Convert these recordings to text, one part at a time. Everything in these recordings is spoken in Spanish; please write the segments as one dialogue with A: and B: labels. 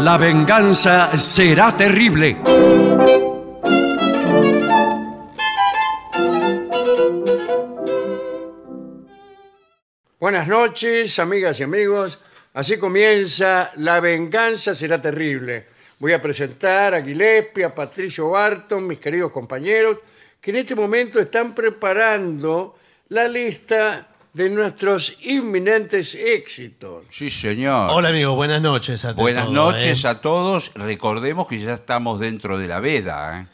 A: La venganza será terrible. Buenas noches, amigas y amigos. Así comienza La venganza será terrible. Voy a presentar a Gillespie, a Patricio Barton, mis queridos compañeros, que en este momento están preparando la lista de nuestros inminentes éxitos.
B: Sí, señor.
C: Hola amigos, buenas noches. ante
B: Buenas
C: todo,
B: noches
C: ¿eh?
B: a todos. Recordemos que ya estamos dentro de la veda. ¿eh?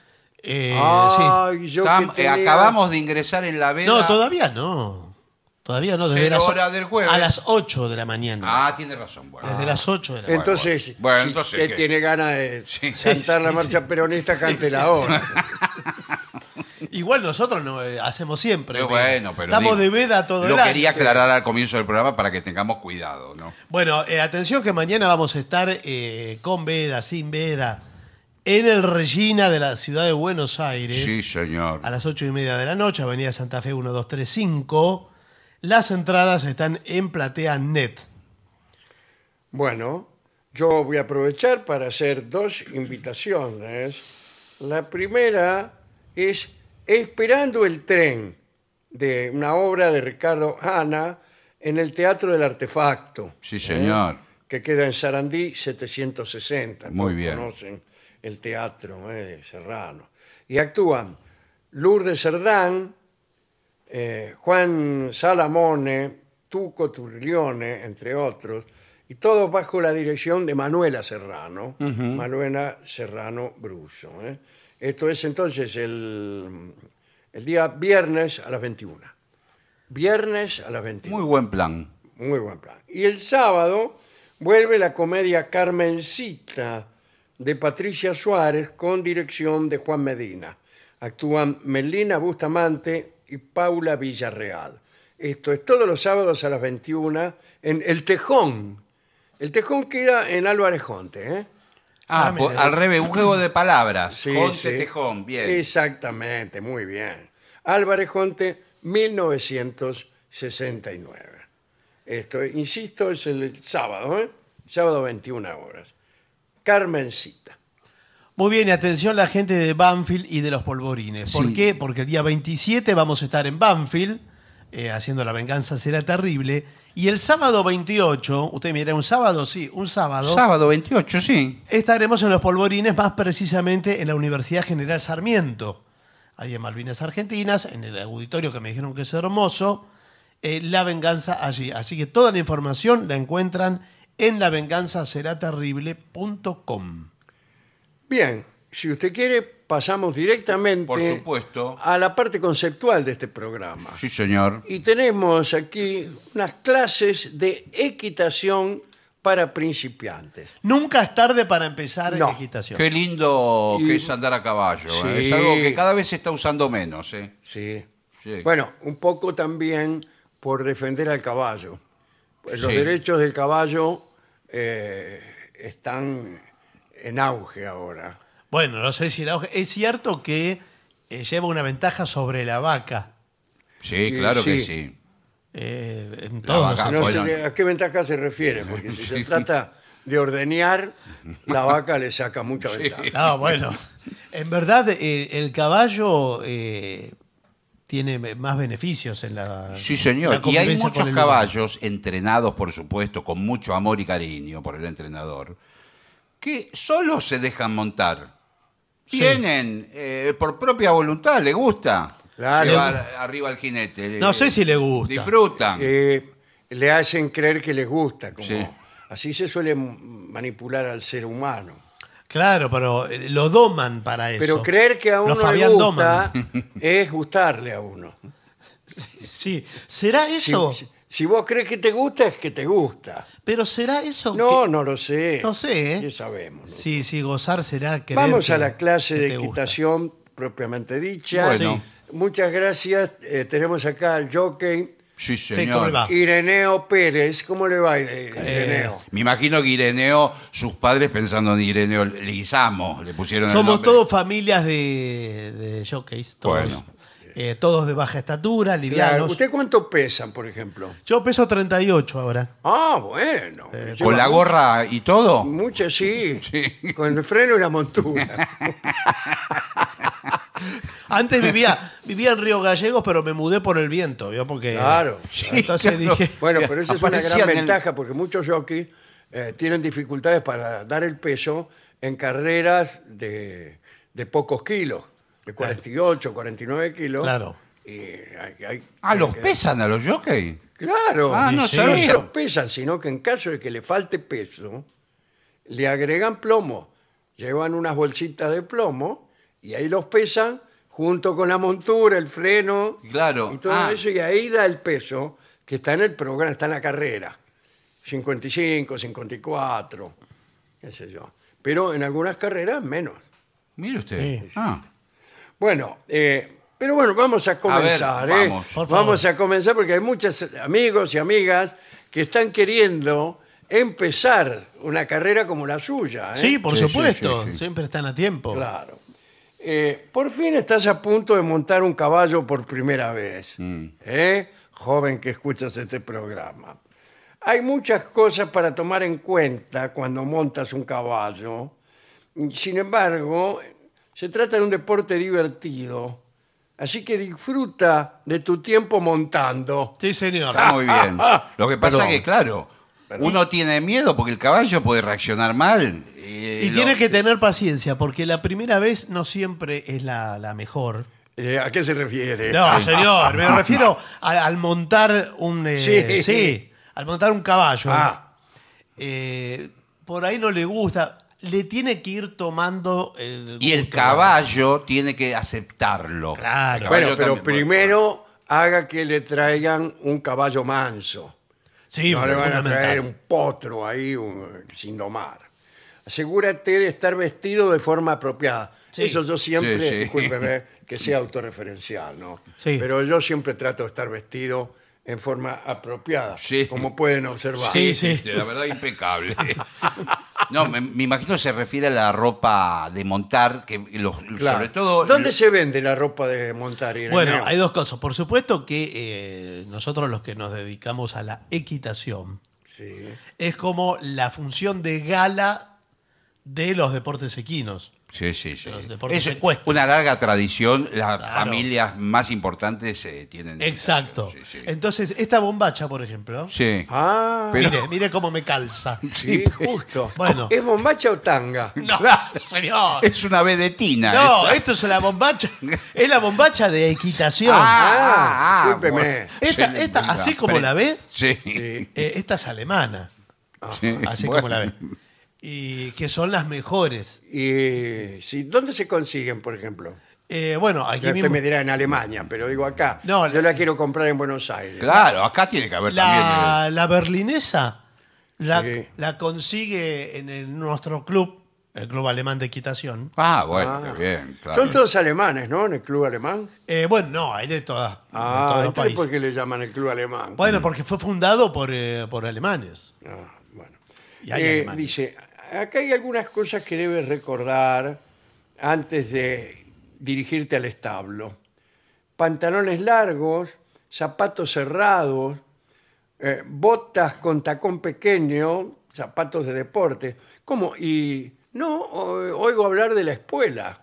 C: Eh,
A: Ay, yo que
B: Tam- eh,
A: tenía-
B: Acabamos de ingresar en la
C: sí.
B: veda.
C: No, todavía no. Todavía no. Desde
B: Cero
C: las,
B: hora del jueves.
C: A las 8 de la mañana.
B: Ah, tiene razón. Bueno.
C: Desde las 8 de la mañana.
A: Entonces,
B: Bueno,
A: si
B: entonces,
A: usted
B: ¿qué?
A: tiene ganas de
C: sí,
A: cantar la
C: sí,
A: marcha peronista, cante la hora.
C: Igual nosotros no eh, hacemos siempre.
B: Pero
C: mira.
B: bueno, pero
C: Estamos de
B: digo,
C: veda todo
B: Lo
C: el año.
B: quería aclarar al comienzo del programa para que tengamos cuidado, ¿no?
C: Bueno, eh, atención que mañana vamos a estar eh, con veda, sin veda, en el Regina de la ciudad de Buenos Aires.
B: Sí, señor.
C: a las ocho y media de la noche, Avenida Santa Fe 1235. Las entradas están en Platea Net.
A: Bueno, yo voy a aprovechar para hacer dos invitaciones. La primera es Esperando el tren, de una obra de Ricardo Hanna en el Teatro del Artefacto.
B: Sí, señor.
A: que queda en Sarandí 760.
B: Muy
A: Todos
B: bien.
A: Conocen el teatro eh, serrano. Y actúan Lourdes Cerdán, eh, Juan Salamone, Tuco Turrione, entre otros, y todos bajo la dirección de Manuela Serrano, Manuela Serrano Bruso. eh. Esto es entonces el, el día viernes a las 21. Viernes a las 21.
C: ¿Eh?
B: Muy buen plan.
A: Muy buen plan. Y el sábado vuelve la comedia Carmencita de Patricia Suárez con dirección de Juan Medina. Actúan Melina Bustamante y Paula Villarreal. Esto es todos los sábados a las 21 en El Tejón. El Tejón queda en Álvarez Jonte. ¿eh?
B: Ah,
C: Ah,
B: po-
C: mira.
B: al revés, un juego de palabras.
A: Sí,
B: Conte
A: sí.
B: Tejón, bien.
A: Exactamente, muy bien. Álvarez Jonte, 1969. Esto, insisto, es el sábado, ¿eh? Sábado 21 horas. Carmencita.
C: Muy bien, y atención la gente de Banfield y de los polvorines. ¿Por
B: Sí.
C: qué? Porque el día 27 vamos a estar en Banfield, eh, haciendo la venganza será terrible. Y el sábado 28, usted mira, un sábado, sí, un sábado.
B: Sábado 28, sí.
C: Estaremos en los polvorines, más precisamente en la Universidad General Sarmiento, ahí en Malvinas Argentinas, en el auditorio que me dijeron que es hermoso, eh, La Venganza allí. Así que toda la información la encuentran en lavenganzaseraterrible.com.
A: Bien, si usted quiere, pasamos directamente
B: Por supuesto.
A: a la parte conceptual de este programa.
B: Sí, señor.
A: Y tenemos aquí unas clases de equitación para principiantes.
C: Nunca es tarde para empezar
A: No.
C: equitación.
B: Qué lindo
A: Y-
B: que es andar a caballo. ¿eh?
A: Sí.
B: Es algo que cada vez se está usando menos. ¿eh?
A: Sí.
B: Sí.
A: Bueno, un poco también por defender al caballo. Pues Los
B: Sí.
A: derechos del caballo eh, están en auge ahora.
C: Bueno, no sé si la hoja- es cierto que eh, lleva una ventaja sobre la vaca.
B: Sí,
A: Sí,
B: claro que
A: sí.
B: sí.
C: eh, en todos los
B: vaca,
A: No
B: bueno.
A: sé a qué ventaja se refiere, porque si se trata de ordeñar, la vaca le saca mucha ventaja.
B: pues.
C: No, bueno. En verdad, eh, el caballo eh, tiene más beneficios en la.
B: Sí,
C: la
B: señor. Y hay
C: convivencia con
B: muchos
C: el
B: caballos entrenados, por supuesto, con mucho amor y cariño por el entrenador, que solo se dejan montar.
C: Sí.
B: Vienen eh, por propia voluntad, le gusta
A: Claro.
B: llevar arriba al jinete. le-
C: No sé si le gusta.
B: Disfrutan.
A: Eh, le hacen creer que les gusta. Como,
B: Sí.
A: Así se suele manipular al ser humano.
C: lugar. Claro, pero eh, lo doman para eso.
A: Pero creer que a
C: Lo
A: uno le
C: Fabián
A: gusta
C: doman.
A: es gustarle a uno.
C: Sí. ¿Será
A: Si-
C: eso?
A: Si, si vos crees que te gusta, es que te gusta.
C: Pero será eso.
A: No,
C: que-
A: no lo sé.
C: No sé, ¿eh?
A: Ya sabemos. ¿no?
C: Sí, sí, gozar será creer
A: Vamos
C: que-
A: a la clase
C: que
A: de
C: te gusta.
A: equitación propiamente dicha.
B: Bueno.
A: Muchas gracias. Eh, tenemos acá al jockey
B: Sí,
C: Sí, ¿cómo
B: señor.
C: le va?
A: Ireneo Pérez. ¿Cómo le va,
C: Eh,
A: Ire- Ireneo?
B: Me imagino que Ireneo, sus padres pensando en Ireneo Lizamo, le pusieron el
C: Somos
B: nombre.
C: todos familias de, de jockeys. Todos.
B: Bueno.
C: eh, todos de baja estatura,
A: Claro,
C: livianos.
A: ¿Usted cuánto pesan, por ejemplo?
C: Yo peso 38 ahora.
A: Ah, bueno.
C: Eh,
A: Lleva
B: ¿Con la gorra y todo?
A: Mucho, sí. Con el freno y la montura.
C: Antes vivía, vivía en Río Gallegos, pero me mudé por el viento, ¿vio? Porque.
A: Claro.
C: Entonces dije.
A: Bueno, pero esa es una
B: Aparecían
A: gran
B: en-
A: ventaja porque muchos jockeys eh, tienen dificultades para dar el peso en carreras de, de pocos kilos, de 48, 49 kilos.
C: Claro.
A: Y hay- hay-
B: Ah, ¿los pesan a los jockeys?
A: Claro.
B: Ah, no
A: Y no
B: sabía.
A: se los pesan, sino que en caso de que le falte peso, le agregan plomo. Llevan unas bolsitas de plomo y ahí los pesan junto con la montura, el freno.
B: Claro.
A: Y todo
B: Ah.
A: eso, y ahí da el peso que está en el programa, está en la carrera. 55, 54, qué sé yo. Pero en algunas carreras menos.
B: Mire usted.
C: Sí.
B: Ah,
A: Bueno, eh, pero bueno, vamos a comenzar.
B: ver,
A: ¿eh?
B: vamos.
C: Por favor.
A: Vamos a comenzar porque hay muchos amigos y amigas que están queriendo empezar una carrera como la suya. ¿eh?
C: Sí, por
B: Sí, sí,
C: supuesto.
B: sí, sí.
C: Siempre están a tiempo.
A: Claro. Eh, por fin estás a punto de montar un caballo por primera vez, ¿eh? joven que escuchas este programa. Hay muchas cosas para tomar en cuenta cuando montas un caballo. Sin embargo, se trata de un deporte divertido, así que disfruta de tu tiempo montando.
C: Sí, señor.
B: está muy bien. Lo que pasa
C: Perdón.
B: es que, claro, uno tiene miedo porque el caballo puede reaccionar mal. Eh,
C: Y tiene que tener paciencia, porque la primera vez no siempre es la, la mejor.
A: Eh, ¿A qué se refiere? Ah,
C: No, señor, me refiero a- al montar un. eh,
A: Sí.
C: sí. al montar un caballo.
A: Ah,
C: Eh, por ahí no le gusta. Le tiene que ir tomando el.
B: Y el
C: gusto.
B: caballo tiene que aceptarlo.
C: Claro.
B: El caballo
A: bueno, pero
B: también puede-
A: primero haga que le traigan un caballo manso.
C: Sí,
A: no le van a
C: fundamental.
A: traer un potro ahí un- sin domar. Asegúrate de estar vestido de forma apropiada.
C: Sí.
A: Eso yo siempre,
B: Sí, sí.
A: discúlpeme que sea autorreferencial, ¿no?
C: Sí.
A: Pero yo siempre trato de estar vestido en forma apropiada,
B: Sí.
A: como pueden observar.
C: Sí, sí.
B: Este, La verdad, impecable. No, me, me imagino se refiere a la ropa de montar, que los,
A: Claro.
B: sobre todo...
A: ¿Dónde se vende la ropa de montar? Ireneo?
C: Bueno, hay dos cosas. Por supuesto que eh, nosotros los que nos dedicamos a la equitación
A: Sí.
C: es como la función de gala de los deportes equinos.
B: Sí, sí, sí.
C: Los deportes
B: Es
C: ecuestres.
B: una larga tradición. Las
C: Claro.
B: familias más importantes eh, tienen.
C: Exacto.
B: Sí, sí.
C: Entonces, esta bombacha, por ejemplo.
B: Sí.
A: Ah,
B: Pero-
C: Mire, mire cómo me calza.
A: sí, justo.
C: Bueno.
A: ¿Es bombacha o tanga?
C: No, señor.
B: Es una vedetina. ¿eh?
C: No,
B: esa.
C: esto es la bombacha. Es la bombacha de equitación.
A: Ah, discúlpeme.
B: bueno.
C: Esta-
B: Se le
C: esta,
B: olvida.
C: así como la ve,
B: Sí.
A: Sí. Ah,
C: Eh, esta es alemana.
B: Sí,
C: Así
B: bueno.
C: como la ve. Y que son las mejores.
A: Y, sí, ¿Dónde se consiguen, por ejemplo?
C: Eh, bueno, aquí
A: Ya usted
C: mismo.
A: me dirá en Alemania, pero digo acá.
C: No,
A: yo
C: la-
A: la quiero comprar en Buenos Aires.
B: Claro, acá tiene que haber también. eh.
C: La, la berlinesa la,
A: eh. Sí.
C: la consigue en, el- nuestro club, el Club Alemán de Equitación.
B: eh. Ah, bueno,
A: Ah.
B: qué bien, claro.
A: Son todos alemanes, ¿no? En el club alemán.
C: Eh, bueno, no, hay de todas. de
A: Ah,
C: todos los
A: entonces
C: países.
A: ¿por qué le llaman el club alemán?
C: Bueno, porque fue fundado por, eh, por alemanes.
A: Ah, bueno.
C: Y hay
A: Eh,
C: alemanes.
A: dice, acá hay algunas cosas que debes recordar antes de dirigirte al establo. Pantalones largos, zapatos cerrados, eh, botas con tacón pequeño, zapatos de deporte. ¿Cómo? Y no o- oigo hablar de la espuela.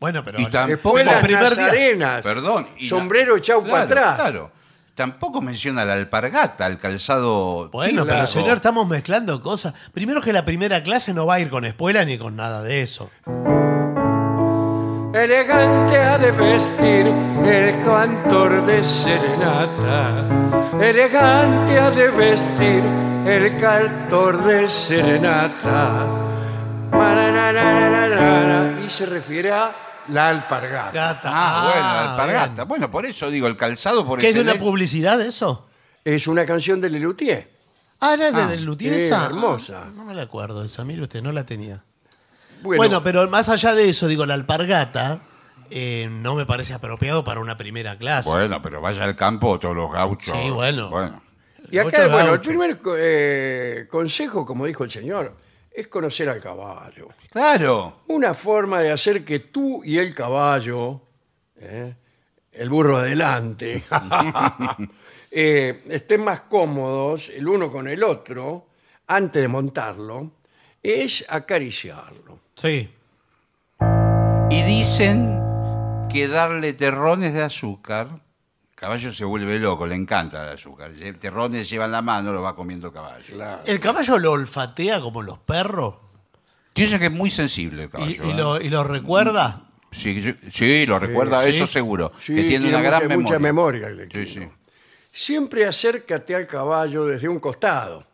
C: Bueno, pero.
B: Y tam-
C: el
A: Espuela
B: Como
C: primer día.
A: nazarenas.
B: Perdón. y la-
A: sombrero echado
B: Claro,
A: para atrás.
B: Claro. Tampoco menciona la alpargata, el calzado.
C: Bueno,
B: largo.
C: pero señor, estamos mezclando cosas. Primero que la primera clase no va a ir con espuela ni con nada de eso.
A: Elegante ha de vestir el cantor de serenata. Elegante ha de vestir el cantor de serenata. Marararararara. Y se refiere a la alpargata.
C: Gata.
B: Ah, bueno,
C: Ah,
B: alpargata.
C: bien.
B: Bueno, por eso digo, el calzado por
C: ¿Qué es de una
B: excelencia-
C: publicidad eso?
A: Es una canción de Lelutier.
C: Ah, era de
B: Ah,
C: del
A: sí,
C: Lutienza.
A: hermosa.
C: Ah, No me la acuerdo esa, mire usted, no la tenía. Bueno, pero más allá de eso, digo, la alpargata eh, no me parece apropiado para una primera clase.
B: Bueno, pero vaya al campo todos los gauchos.
C: Sí, bueno.
A: y acá,
C: Mucho
A: bueno, el
C: gaucho.
A: primer co- eh, consejo, como dijo el señor, es conocer al caballo.
B: Claro.
A: una forma de hacer que tú y el caballo eh, el burro adelante, eh, estén más cómodos el uno con el otro antes de montarlo, es acariciarlo.
C: Sí.
B: Y dicen que darle terrones de azúcar, el caballo se vuelve loco, le encanta el azúcar. Lle- Terrones lleva en la mano, lo va comiendo el caballo.
A: Claro.
C: El caballo lo olfatea como los perros
B: Piensa que es muy sensible el
C: y,
B: caballo.
C: y
B: ¿eh?
C: lo, y lo recuerda.
B: sí, yo- sí, lo recuerda,
C: Sí,
B: eso
C: sí.
B: seguro.
A: Sí,
B: que tiene, una gran
A: mucha- Mucha
B: memoria.
A: memoria el
B: Sí,
A: equino.
B: sí.
A: Siempre acércate al caballo desde un costado,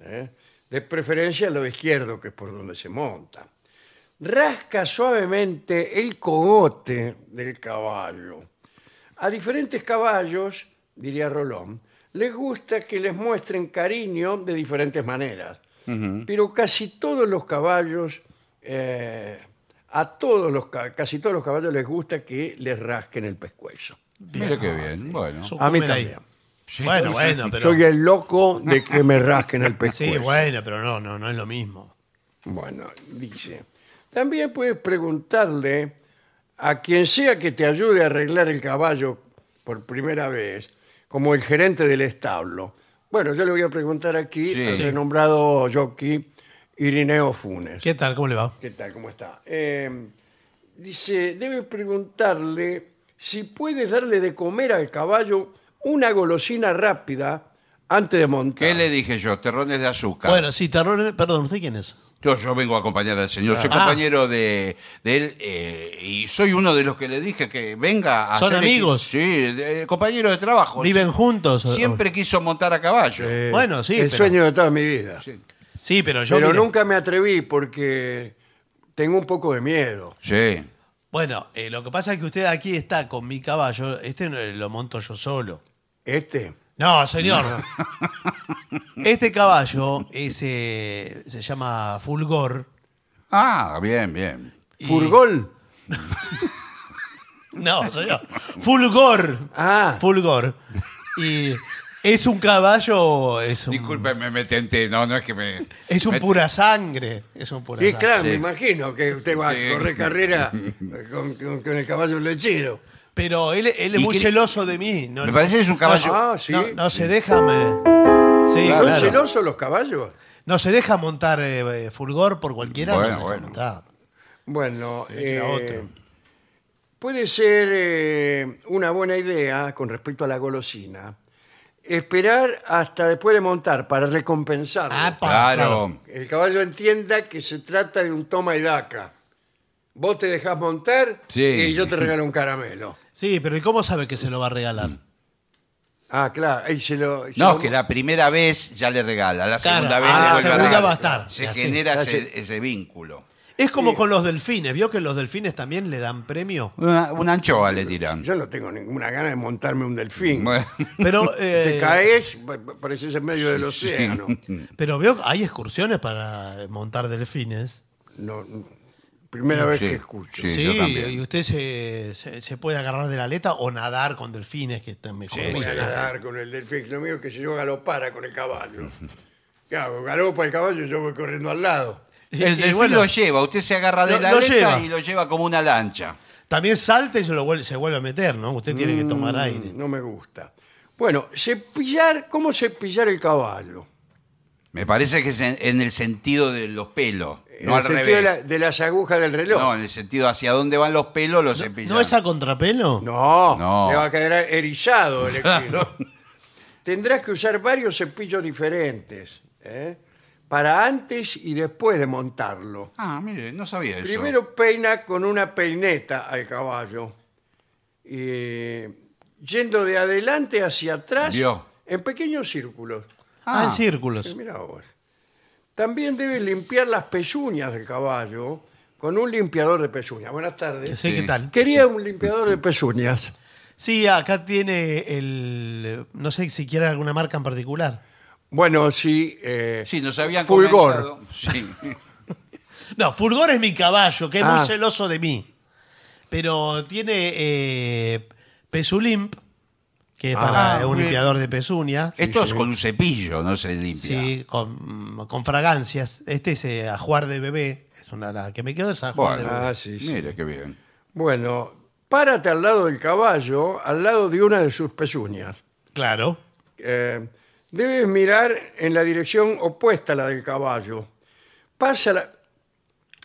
A: ¿eh? de preferencia a lo izquierdo, que es por donde se monta. Rasca suavemente el cogote del caballo. A diferentes caballos, diría Rolón, les gusta que les muestren cariño de diferentes maneras. Pero casi todos los caballos, eh, a todos los ca- casi todos los caballos les gusta que les rasquen el pescuezo.
B: Mira qué bien. Bueno.
C: Eso
A: A mí
C: comen ahí.
A: también.
C: Bueno, bueno, pero.
A: Soy el loco de que me rasquen el pescuezo.
C: Sí, bueno, pero no, no, no es lo mismo.
A: Bueno, dice. También puedes preguntarle a quien sea que te ayude a arreglar el caballo por primera vez, como el gerente del establo. Bueno, yo le voy a preguntar aquí
B: Sí.
A: al
B: Sí.
A: renombrado jockey Irineo Funes.
C: ¿Qué tal? ¿Cómo le va?
A: ¿Qué tal? ¿Cómo está? Eh, dice, debes preguntarle si puedes darle de comer al caballo una golosina rápida antes de montar.
B: ¿Qué le dije yo? Terrones de azúcar.
C: Bueno, sí, terror. Perdón, ¿usted quién es?
B: Yo, yo vengo a acompañar al señor, soy
C: Ah.
B: compañero de, de él eh, y soy uno de los que le dije que venga a
C: ¿Son
B: hacer equi-
C: amigos?
B: Sí, de- eh, compañero de trabajo.
C: ¿Viven juntos? o-
B: Siempre quiso montar a caballo.
A: Eh,
C: Bueno, oh. sí,
A: El
C: pero-
A: sueño de toda mi vida.
C: Sí, pero yo.
A: Pero
C: mire,
A: nunca me atreví porque tengo un poco de miedo.
B: Sí.
C: Bueno, eh, lo que pasa es que usted aquí está con mi caballo. Este no- lo monto yo solo.
A: Este,
C: No, señor. Este caballo es, eh, se llama Fulgor.
B: Ah, bien, bien.
C: y-
A: Furgol.
C: No, señor. Fulgor.
A: Ah.
C: Fulgor. Y es un caballo. Es un,
B: Discúlpeme, me tenté. No, no es que me.
C: Es un
B: me-
C: pura sangre. Es un pura
A: Y
C: sangre.
A: claro,
B: Sí.
A: me imagino que usted va a
B: Sí.
A: correr carrera con, con- con el caballo lechero.
C: Pero él, él es
B: Y
C: muy
B: que-
C: celoso de mí. No,
B: Me parece que es un caballo.
A: Ah, sí.
C: No, no se deja. me- Sí,
A: ¿Son
C: Ah, claro.
A: celosos los caballos?
C: No se deja montar eh, eh, Fulgor por cualquiera.
B: Bueno,
C: no se
B: bueno.
C: deja montar.
A: Bueno,
C: que era
A: eh,
C: otro.
A: puede ser eh, una buena idea con respecto a la golosina esperar hasta después de montar para recompensarlo.
C: Ah, pa-
B: Claro.
A: El caballo entienda que se trata de un toma y daca. Vos te dejás montar
B: Sí.
A: y yo te regalo un caramelo.
C: Sí, pero ¿y cómo sabe que se lo va a regalar?
A: Ah, claro. Y se lo, se
B: No,
A: lo-
B: es que la primera vez ya le regala, la
C: Claro.
B: segunda vez
C: Ah,
B: le
C: la
B: vuelve a
C: segunda
B: regalar.
C: va a estar.
B: Se
C: Así.
B: genera
A: Así.
B: Ese, ese vínculo.
C: Es como
A: Sí.
C: con los delfines. ¿Vio que los delfines también le dan premio?
B: Una, una anchoa le tiran.
A: Yo no tengo ninguna gana de montarme un delfín.
B: Bueno,
C: Pero,
A: Te
C: eh,
A: caes, pa- pa- pareces en medio del océano.
C: pero veo que hay excursiones para montar delfines.
A: No, no. primera vez
B: Sí,
A: que escucho.
B: Sí,
C: Sí,
B: yo también.
C: y usted se, se- se puede agarrar de la aleta o nadar con delfines, que están mejor.
A: Voy a
C: Sí.
A: nadar con el delfín. Lo mío es que si yo galopara con el caballo. ¿Qué hago? Galopa el caballo y yo voy corriendo al lado.
C: Y-
B: el
C: y
B: delfín
C: bueno,
B: lo lleva, usted se agarra de
C: Lo-
B: la
C: lo
B: aleta
C: lleva.
B: y lo lleva como una lancha.
C: También salta y se, lo vuelve, se vuelve a meter, ¿no? Usted tiene que tomar
A: Mm,
C: aire.
A: No me gusta. Bueno, cepillar, ¿cómo cepillar el caballo?
B: Me parece que es en, en el sentido de los pelos,
A: en
B: no al
A: Eh, el sentido de,
B: revés.
A: la- de las agujas del reloj.
B: No, en el sentido hacia dónde van los pelos, los cepillan.
C: ¿No es a contrapelo?
A: No,
B: No.
A: le va a quedar erizado el equino. Tendrás que usar varios cepillos diferentes ¿eh? para antes y después de montarlo.
B: Ah, mire, no sabía eso.
A: Primero peina con una peineta al caballo, eh, yendo de adelante hacia atrás
B: Vio.
A: en pequeños círculos.
C: Ah, en
B: Ah.
A: Sí,
C: círculos.
A: mirá vos. También debes limpiar las pezuñas del caballo con un limpiador de pezuñas. Buenas tardes.
C: Sí, ¿qué
B: Sí.
C: tal?
A: Quería un limpiador de pezuñas.
C: Sí, acá tiene el... No sé si quiere alguna marca en particular.
A: Bueno, sí. eh,
B: Sí, nos habían
A: Fulgor.
B: comentado. Sí.
C: No, Fulgor es mi caballo, que es
A: Ah.
C: muy celoso de mí. Pero tiene eh, Pezulimp, que es
A: Ah,
C: para un
B: bien.
C: limpiador de pezuña.
B: Esto es con un cepillo, no se limpia.
C: Sí, con, con fragancias. Este es eh, ajuar de bebé. Es una la que me quedó es ajuar
B: Bueno,
C: de bebé.
A: Ah, sí, sí.
B: mire qué bien.
A: Bueno, párate al lado del caballo, al lado de una de sus pezuñas.
C: Claro.
A: Eh, debes mirar en la dirección opuesta a la del caballo. Pasa la,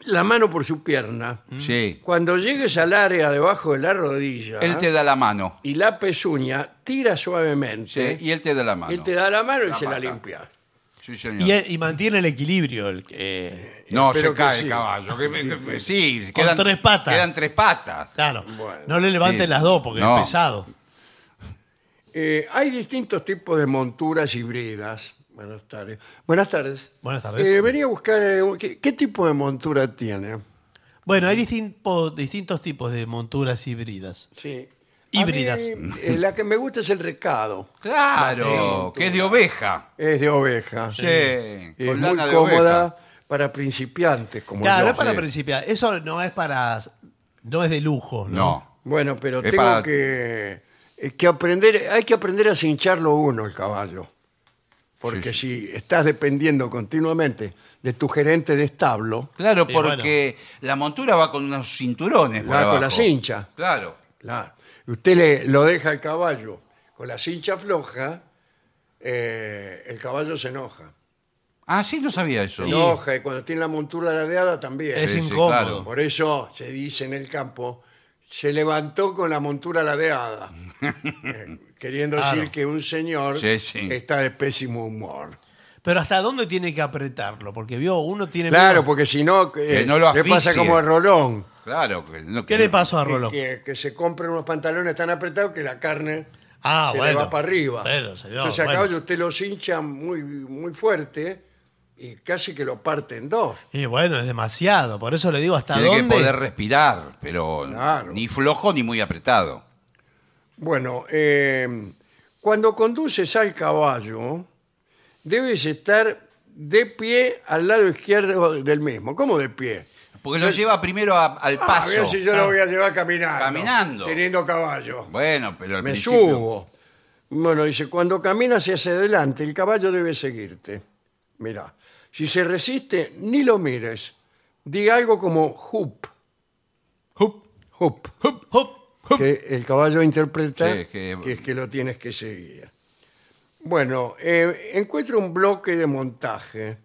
A: la mano por su pierna.
B: Sí.
A: Cuando llegues al área debajo de la rodilla
B: Él te da la mano.
A: y la pezuña, tira suavemente.
B: Sí, Y él te da la mano.
A: Él te da la mano y
B: La
A: se la
B: pata.
A: limpia.
B: Sí, señor.
C: Y, eh, y mantiene el equilibrio. el- eh,
B: No,
A: Espero
B: se
A: que
B: cae
A: sí.
B: el caballo. que me- que me- sí,
C: Con
B: quedan
C: tres patas.
B: Quedan tres patas.
C: claro.
A: Bueno.
C: no le
B: Sí.
C: levanten las dos porque
B: No.
C: es pesado.
A: Eh, hay distintos tipos de monturas híbridas. Buenas tardes. Buenas tardes.
C: Buenas tardes.
A: Eh, venía a buscar eh, ¿qué, qué tipo de montura tiene.
C: Bueno, hay distinto- distintos tipos de monturas híbridas.
A: Sí.
C: Híbridas.
A: A mí, eh, la que me gusta es el recado.
B: Claro, que es de oveja.
A: Es de oveja.
B: Sí,
A: Es muy
B: con lana de
A: cómoda
B: oveja.
A: para principiantes como
C: Claro,
A: yo.
C: es para
B: sí.
C: principiar. Eso no es para. No es de lujo, ¿no?
B: No.
A: Bueno, pero
B: Es
A: tengo
B: para-
A: que, eh, que aprender, hay que aprender a cincharlo uno el caballo. Porque si estás dependiendo continuamente de tu gerente de establo,
B: Claro,
C: Y
B: porque la montura va con unos cinturones. por
A: Va con
B: abajo.
A: la cincha.
B: Claro.
A: Claro. Usted le, lo deja al caballo con la cincha floja, eh, el caballo se enoja.
B: Ah, sí, no sabía eso.
A: Se enoja y cuando tiene la montura ladeada también.
C: Es
B: Sí, sí,
C: incómodo.
B: claro.
A: Por eso se dice en el campo, se levantó con la montura ladeada. Eh, queriendo
C: Claro.
A: decir que un señor
B: Sí, sí.
A: está de pésimo humor.
C: Pero ¿hasta dónde tiene que apretarlo? Porque vio, uno tiene.
A: Claro,
C: miedo.
A: porque si no, eh,
B: Que no lo
A: le pasa
B: asfixie.
A: como a Rolón.
B: Claro. que no-
C: ¿Qué
B: que-
C: le pasó a Rolo?
A: Que, que se compren unos pantalones tan apretados que la carne
C: Ah,
A: se
C: bueno.
A: le va para arriba.
C: Pero, señor,
A: Entonces a
C: bueno.
A: caballo usted los hincha muy, muy fuerte y casi que lo parte en dos.
C: Y bueno, es demasiado. Por eso le digo, ¿hasta
B: Tiene que
C: dónde?
B: poder respirar, pero
A: Claro.
B: ni flojo ni muy apretado.
A: Bueno, eh, cuando conduces al caballo, debes estar de pie al lado izquierdo del mismo. ¿Cómo de pie?
B: Porque lo lleva primero a- al
A: Ah, a
B: paso.
A: ver si yo lo voy a llevar caminando.
B: Caminando.
A: Teniendo caballo.
B: Bueno, pero al
A: Me
B: principio.
A: subo. Bueno, dice, cuando caminas hacia adelante, el caballo debe seguirte. Mirá, si se resiste, ni lo mires. Di algo como hoop,
B: Hup,
A: hoop,
B: hup, hup, hup.
A: que el caballo interpreta
B: Sí, que-
A: que es que lo tienes que seguir. Bueno, eh, encuentra un bloque de montaje.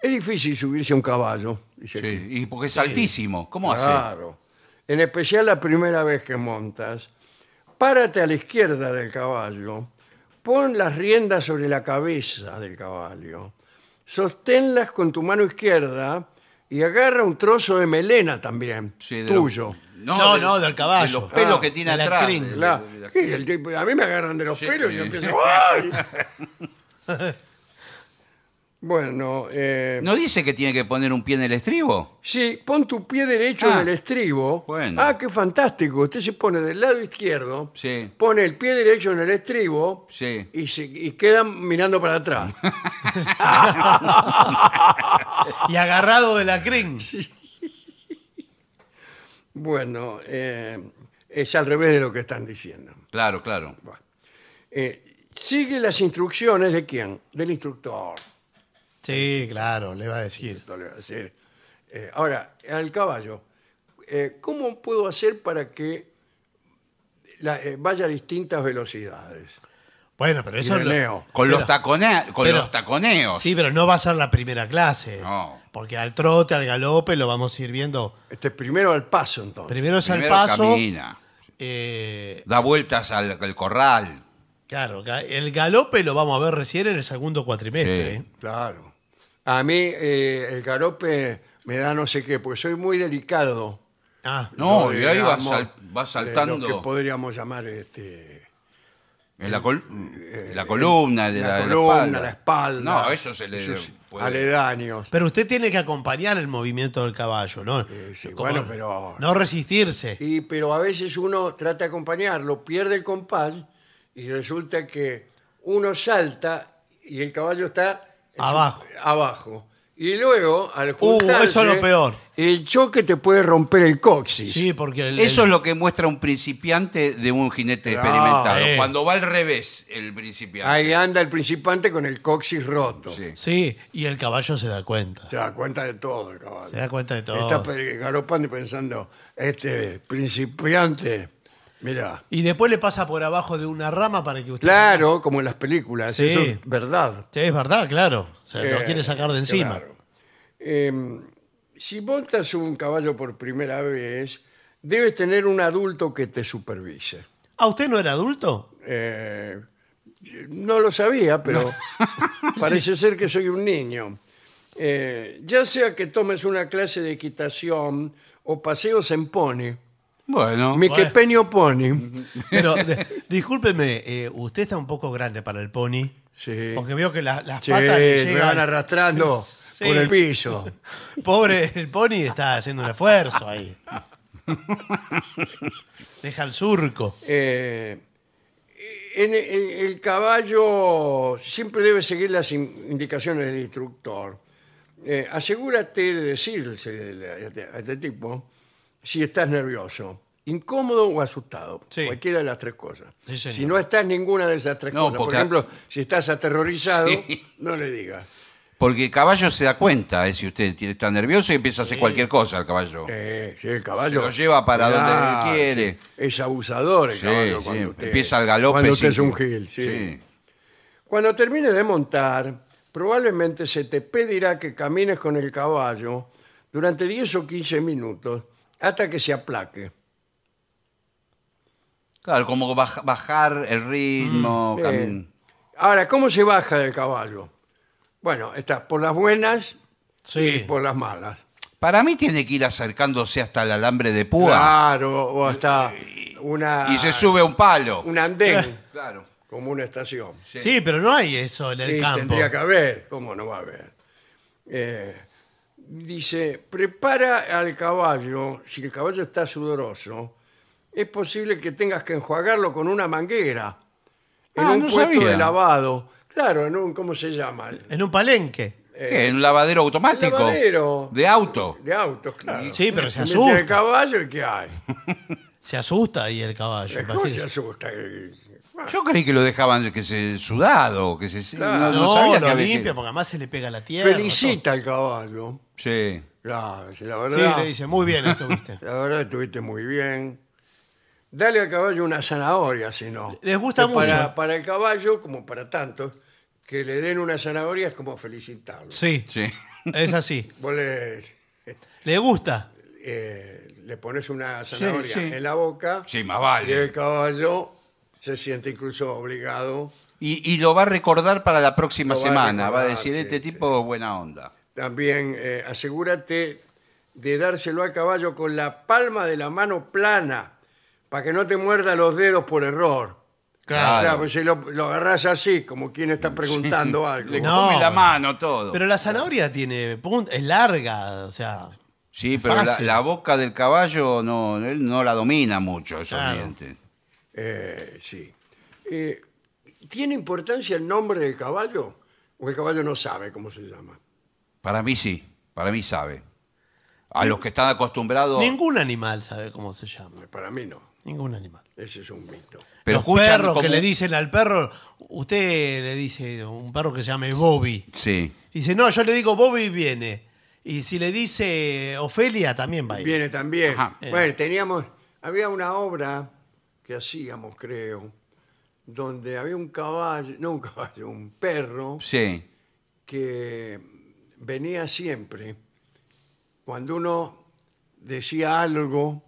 A: Es difícil subirse a un caballo, dice aquí.
B: Sí, y porque es altísimo. ¿Cómo hace?
A: Claro. En especial la primera vez que montas. Párate a la izquierda del caballo. Pon las riendas sobre la cabeza del caballo. Sosténlas con tu mano izquierda y agarra un trozo de melena también,
B: Sí, de
A: tuyo.
B: los-
C: No,
B: de-
C: no, del caballo.
B: de los pelos
A: Ah,
B: que tiene
C: de la
B: atrás.
C: crin.
B: de-
A: La-
B: de- de la-
A: ¿Qué? El tipo- a mí me agarran de los
B: Sí.
A: pelos y yo empiezo. ¡Ay! bueno, eh,
B: ¿No dice que tiene que poner un pie en el estribo?
A: Sí, pon tu pie derecho
B: Ah,
A: en el estribo.
B: bueno.
A: Ah, qué fantástico. Usted se pone del lado izquierdo,
B: Sí.
A: pone el pie derecho en el estribo
B: Sí.
A: y, se, y quedan mirando para atrás.
C: Y agarrado de la crin.
A: bueno, eh, es al revés de lo que están diciendo.
B: Claro, claro.
A: Eh, sigue las instrucciones de quién? Del instructor.
C: Sí, claro, le va a decir.
A: Esto le voy a decir. Eh, ahora, al caballo, eh, ¿cómo puedo hacer para que la- eh, vaya a distintas velocidades?
C: Bueno, pero eso lo-
A: Ireneo.
B: Con, los,
C: Pero-
B: tacone- con
C: pero-
B: los taconeos.
C: Sí, pero no va a ser la primera clase.
B: No.
C: Porque al trote, al galope, lo vamos a ir viendo.
A: Este primero al paso, entonces.
C: Primero es al
B: Primero
C: paso.
B: camina.
C: eh,
B: Da vueltas al, al corral.
C: claro, ca- el galope lo vamos a ver recién en el segundo cuatrimestre.
B: Sí.
C: ¿eh?
A: Claro. A mí eh, el garope me da no sé qué, porque soy muy delicado.
C: Ah,
B: No,
A: Yo,
B: y ahí va,
A: digamos,
B: sal- va
A: eh,
B: saltando
A: lo que podríamos llamar este,
B: en la, col- en la columna, de
A: Mm, eh, la,
B: la, de la
A: columna, la
B: espalda.
A: espalda.
B: No, eso se le
A: esos
B: puede-
A: Aledaños.
C: Pero usted tiene que acompañar el movimiento del caballo, ¿no?
A: sí,
C: Como
A: bueno, pero-
C: No resistirse.
A: Y, pero a veces uno trata de acompañarlo, pierde el compás y resulta que uno salta y el caballo está en su-
C: Abajo.
A: abajo. Y luego, al
C: Uh, eso
A: juntarse,
C: es lo peor.
A: el choque te puede romper el coxis.
C: Sí, porque el-
B: Eso es
C: el-
B: lo que muestra un principiante de un jinete
A: Ah,
B: experimentado.
C: eh.
B: Cuando va al revés el principiante.
A: Ahí anda el principante con el coxis roto.
B: Sí.
C: Sí, y el caballo se da cuenta.
A: Se da cuenta de todo el caballo.
C: Se da cuenta de todo.
A: Está pe- galopando y pensando, este principiante, mira,
C: Y después le pasa por abajo de una rama para que usted...
A: claro, como en las películas,
C: Sí.
A: eso es verdad.
C: Sí, es verdad, claro. Se lo
A: Eh,
C: quiere sacar de encima.
A: claro. Eh, si montas un caballo por primera vez, debes tener un adulto que te supervise.
C: ¿A usted no era adulto?
A: Eh, no lo sabía, pero parece ser que soy un niño. Eh, ya sea que tomes una clase de equitación o paseos en pony,
B: Bueno,
A: mi quepeño pony.
C: Pero de- discúlpeme, eh, usted está un poco grande para el pony.
A: Sí.
C: Porque veo que la- las
A: Sí,
C: patas le
A: me
C: llegan.
A: van arrastrando
C: Sí.
A: por el piso.
C: Pobre, el pony está haciendo un esfuerzo ahí. Deja el surco.
A: Eh, en- en- el caballo siempre debe seguir las in- indicaciones del instructor. Eh, asegúrate de decirle a este, a este tipo si estás nervioso, incómodo o asustado.
C: Sí.
A: Cualquiera de las tres cosas.
C: Sí, señor.
A: si no estás ninguna de esas tres
B: No,
A: cosas, por
B: porque-
A: ejemplo, si estás aterrorizado,
B: Sí.
A: no le digas.
B: porque caballo se da cuenta eh, si usted tiene- está nervioso y empieza a hacer cualquier cosa el caballo.
A: Eh, sí, el caballo.
B: Se lo lleva para donde
A: Ah,
B: quiere.
A: sí. Es abusador el
B: Sí,
A: caballo
B: sí,
A: cuando usted-
B: Empieza el galope.
A: Cuando usted
B: sí.
A: es un gil, sí. Cuando termines de montar, probablemente se te pedirá que camines con el caballo durante 10 o 15 minutos hasta que se aplaque.
B: Claro, como baj- bajar el ritmo. camin-
A: Ahora, ¿cómo se baja del caballo? Bueno, está por las buenas y
C: Sí.
A: por las malas.
B: Para mí tiene que ir acercándose hasta el alambre de púa
A: Claro, o hasta una,
B: y se sube a un palo.
A: un andén,
B: Claro.
A: como una estación.
C: Sí, pero no hay eso en el
A: Sí,
C: campo.
A: Tendría que haber, ¿cómo no va a haber? Eh, dice, prepara al caballo, si el caballo está sudoroso, es posible que tengas que enjuagarlo con una manguera en
B: Ah,
A: un
B: no
A: puesto
B: sabía.
A: de lavado. Claro, en un, ¿cómo se llama?
C: En un palenque.
B: ¿Qué? ¿Un lavadero automático?
A: lavadero.
B: De auto.
A: De autos, claro.
C: Sí, pero se
A: Mete
C: asusta.
A: el caballo y ¿qué hay?
C: Se asusta ahí el caballo.
A: Mejor se
C: imagínese.
A: asusta. Eh, bueno,
B: Yo creí que lo dejaban que se sudado, que se
A: Claro.
B: no, no
C: No,
B: sabía que
C: lo
B: había que-
C: limpia porque además se le pega la tierra.
A: Felicita al caballo.
B: Sí.
A: Claro, si la
C: todo.
A: verdad.
C: Sí, le dice, muy bien esto, viste.
A: La verdad estuviste muy bien. Dale al caballo una zanahoria, si no.
C: Les gusta
A: Que para,
C: mucho.
A: Para el caballo, como para tantos, que le den una zanahoria es como felicitarlo.
C: Sí,
B: Sí.
C: es así.
A: Vos le,
C: Le gusta.
A: eh, le pones una zanahoria
B: sí.
A: en la boca
B: Sí, más
A: y el
B: vale.
A: caballo se siente incluso obligado.
B: Y, y lo va a recordar para la próxima
A: Lo va a
B: semana. va a
A: recordar,
B: decir,
A: sí,
B: este
A: sí.
B: tipo es buena onda.
A: También eh, asegúrate de dárselo al caballo con la palma de la mano plana para que no te muerda los dedos por error.
B: Claro.
A: pues si lo, lo agarrás así, como quien está preguntando algo.
B: Le
C: No.
B: come la mano todo.
C: Pero la zanahoria tiene punta, es larga, o sea.
B: sí, pero la,
C: fácil.
B: la boca del caballo no, él no la domina mucho, esos
C: Claro.
B: dientes.
A: Eh, sí. Eh, ¿Tiene importancia el nombre del caballo? O el caballo no sabe cómo se llama.
B: Para mí sí, para mí sabe. A los que están acostumbrados.
C: Ningún animal sabe cómo se llama.
A: Para mí no.
C: Ningún animal.
A: Ese es un mito.
B: pero
C: Los
B: escuchan
C: perros que
B: como-
C: le dicen al perro, usted le dice un perro que se llame Bobby.
B: Sí.
C: Dice, no, yo le digo Bobby viene. Y si le dice Ofelia, también va a ir.
A: Viene también.
B: Ajá.
A: Bueno, teníamos. Había una obra que hacíamos, creo, donde había un caballo, no un caballo, un perro
B: Sí.
A: que venía siempre. Cuando uno decía algo,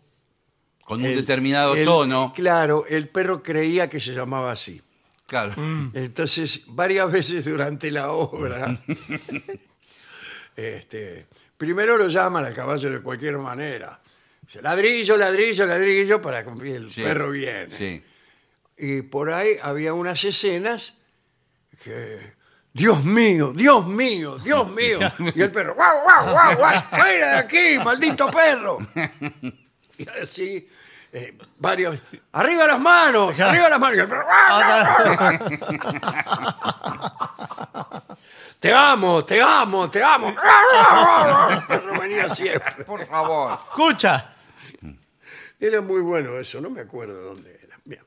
B: Con un
A: El-
B: determinado
A: el-
B: tono.
A: Claro, el perro creía que se llamaba así.
B: Claro.
C: Mm.
A: Entonces, varias veces durante la obra, este, primero lo llaman al caballo de cualquier manera. Dice, Ladrillo, ladrillo, ladrillo, para cumplir el
B: Sí.
A: perro viene.
B: Sí.
A: Y por ahí había unas escenas que, Dios mío, Dios mío, Dios mío. Y el perro, guau, guau, guau, guau, fuera de aquí, maldito perro. Y así, eh, varios, arriba las manos, arriba las manos. Y el perro, guau, guau, guau. te amo, te amo, te amo. Pero venía siempre.
B: Por favor.
C: Escucha.
A: Era muy bueno eso, no me acuerdo dónde era. Bien.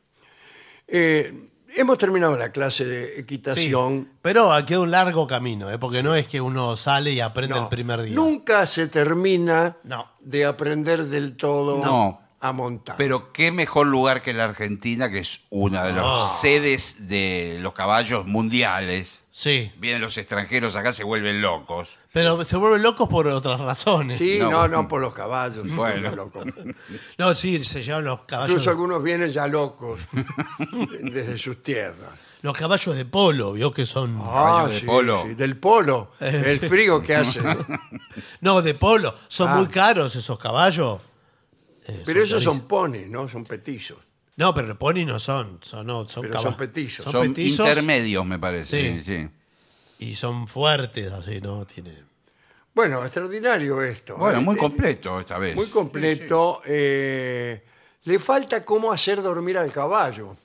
A: Eh, hemos terminado la clase de equitación.
C: Pero aquí hay un largo camino, ¿eh? porque no es que uno sale y aprende
A: No,
C: el primer día.
A: Nunca se termina
C: No.
A: de aprender del todo
B: No.
A: a montar.
B: Pero qué mejor lugar que la Argentina, que es una de las
C: Ah.
B: sedes de los caballos mundiales.
C: Sí.
B: Vienen los extranjeros acá, se vuelven locos.
C: Pero se vuelven locos por otras razones.
A: sí, no,
B: no,
A: no,
B: bueno.
A: por los caballos.
B: Bueno.
A: por los locos.
C: No, sí, se llevan los caballos.
A: Incluso algunos vienen ya locos desde sus tierras.
C: Los caballos de polo, vio que son.
A: Ah.
B: Caballos de
A: sí,
B: polo.
A: sí, del polo.
C: Eh,
A: El
C: sí.
A: frío que hace.
C: No, de polo. Son
A: Ah.
C: muy caros esos caballos. Eh,
A: Pero esos
C: carísimos.
A: son ponis, ¿no? Son petizos.
C: No, pero pony no son. Son, no, son,
A: Pero
C: caba-
A: son petizos.
C: Son,
B: Son
C: petizos
B: intermedios, me parece.
C: Sí.
B: sí, sí.
C: y son fuertes, así, ¿no? Tiene...
A: Bueno, extraordinario esto.
B: Bueno,
A: Eh,
B: muy
A: eh,
B: completo esta vez.
A: Muy completo. eh, le falta cómo hacer dormir al caballo.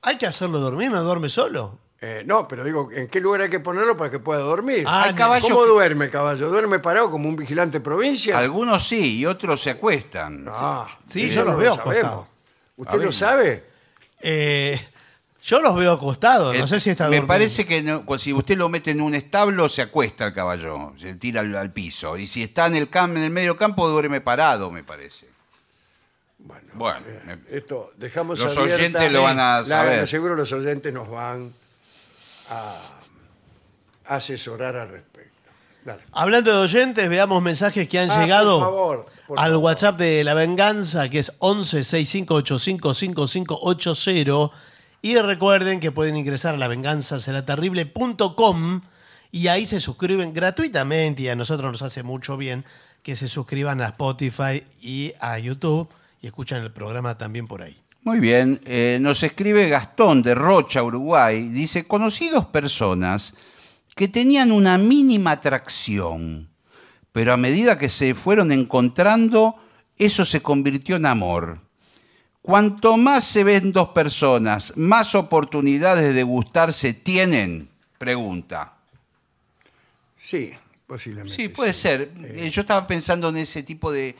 C: Hay que hacerlo dormir, no duerme solo.
A: Eh, no, pero digo, ¿en qué lugar hay que ponerlo para que pueda dormir?
C: Ah,
B: Hay caballos
A: ¿Cómo
B: que-
A: duerme el caballo? ¿Duerme parado como un vigilante provincia?
B: Algunos sí y otros se acuestan.
A: Ah,
C: Sí,
A: eso
C: yo los
A: no
C: veo
A: sabemos.
C: acostados.
A: ¿Usted lo
B: Sabemos.
A: sabe?
C: Eh, yo los veo acostados, no
B: Eh,
C: sé si está
B: Me
C: durmiendo.
B: parece que no- cu- si usted lo mete en un establo, se acuesta el caballo, se tira al, al piso. Y si está en el, cam- en el medio campo, duerme parado, me parece.
A: Bueno,
B: Bueno,
A: eh,
B: me-
A: esto dejamos
B: Los
A: abierta-
B: oyentes lo van a
A: la-
B: saber.
A: seguro los oyentes nos van a asesorar al respecto. Dale.
C: Hablando de oyentes, veamos mensajes que han
A: Ah, por
C: llegado
A: favor, por
C: al
A: favor.
C: WhatsApp de La Venganza, que es 1165855580. Y recuerden que pueden ingresar a lavenganzaseraterrible.com y ahí se suscriben gratuitamente y a nosotros nos hace mucho bien que se suscriban a Spotify y a YouTube y escuchan el programa también por ahí.
B: Muy bien, eh, nos escribe Gastón de Rocha, Uruguay. Dice, conocí dos personas que tenían una mínima atracción, pero a medida que se fueron encontrando, eso se convirtió en amor. Cuanto más se ven dos personas, más oportunidades de gustarse tienen, pregunta.
A: Sí, posiblemente.
B: Sí, puede ser. Eh, Yo estaba pensando en ese tipo de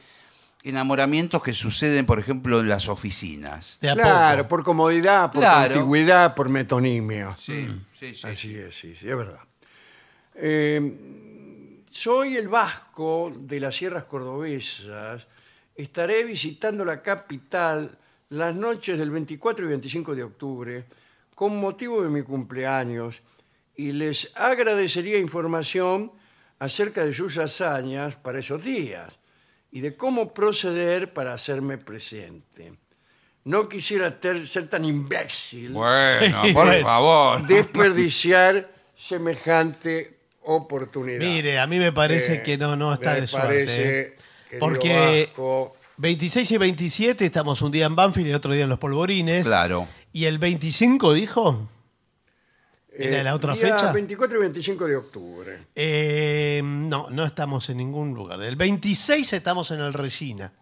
B: enamoramientos que suceden, por ejemplo, en las oficinas.
C: De a
A: Claro,
C: poco.
A: por comodidad, por
B: Claro.
A: antigüidad, por metonimia.
B: Sí, sí, sí.
A: Así es, sí, sí, es verdad. Eh, soy el vasco de las sierras cordobesas. Estaré visitando la capital las noches del 24 y 25 de octubre con motivo de mi cumpleaños y les agradecería información acerca de sus hazañas para esos días y de cómo proceder para hacerme presente. No quisiera ter- ser tan imbécil
B: Bueno,
C: Sí,
B: por
C: bueno.
B: favor.
A: desperdiciar semejante oportunidad.
C: Mire, a mí me parece
A: pues, Eh,
C: que no, no está
A: me
C: de suerte.
A: parece,
C: ¿eh?
A: querido
C: Porque
A: Vasco,
C: 26 y 27 estamos un día en Banfield y otro día en Los Polvorines.
B: Claro.
C: Y el 25, dijo, ¿era la otra
A: eh, día
C: fecha?
A: 24 y 25 de octubre.
C: eh, no, no estamos en ningún lugar. El 26 estamos en el Regina.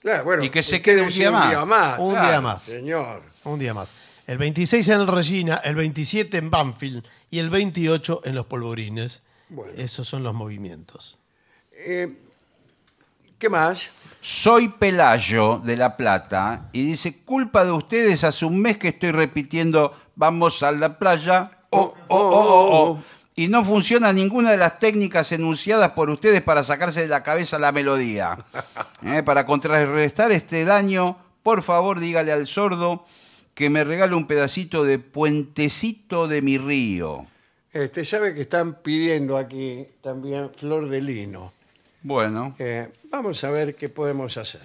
A: Claro, bueno,
B: Y que se
A: usted
B: quede un
A: dice
B: día más.
C: Un
B: Claro,
C: día más.
A: Señor.
C: Un día más. El 26 en el Regina, el 27 en Banfield y el 28 en Los Polvorines.
A: Bueno.
C: Esos son los movimientos.
A: Eh, ¿Qué más?
B: Soy Pelayo de La Plata y dice, culpa de ustedes, hace un mes que estoy repitiendo, vamos a la playa, oh, oh, oh, oh, oh". Y no funciona ninguna de las técnicas enunciadas por ustedes para sacarse de la cabeza la melodía. Eh, Para contrarrestar este daño, por favor dígale al sordo que me regale un pedacito de puentecito de mi río.
A: Este, sabe que están pidiendo aquí también flor de lino.
B: Bueno.
A: Eh, vamos a ver qué podemos hacer.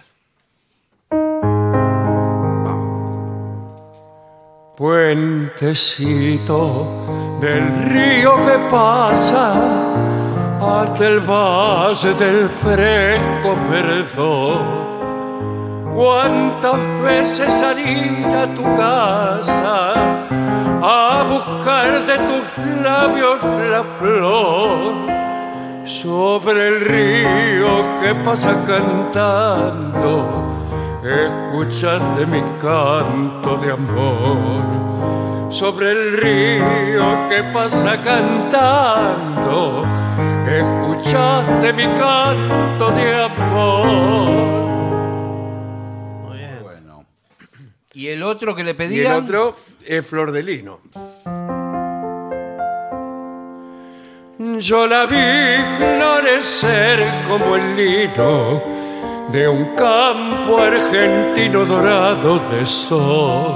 A: Puentecito del río que pasa hasta el valle del fresco perdón. ¿Cuántas veces salí a tu casa a buscar de tus labios la flor? sobre el río que pasa cantando, escuchas de mi canto de amor. sobre el río que pasa cantando. Escuchaste mi canto de amor.
C: Muy bien.
B: Bueno. ¿Y el otro que le
A: Y el
B: pedían?
A: otro es Flor de Lino. Yo la vi florecer como el lino de un campo argentino dorado de sol.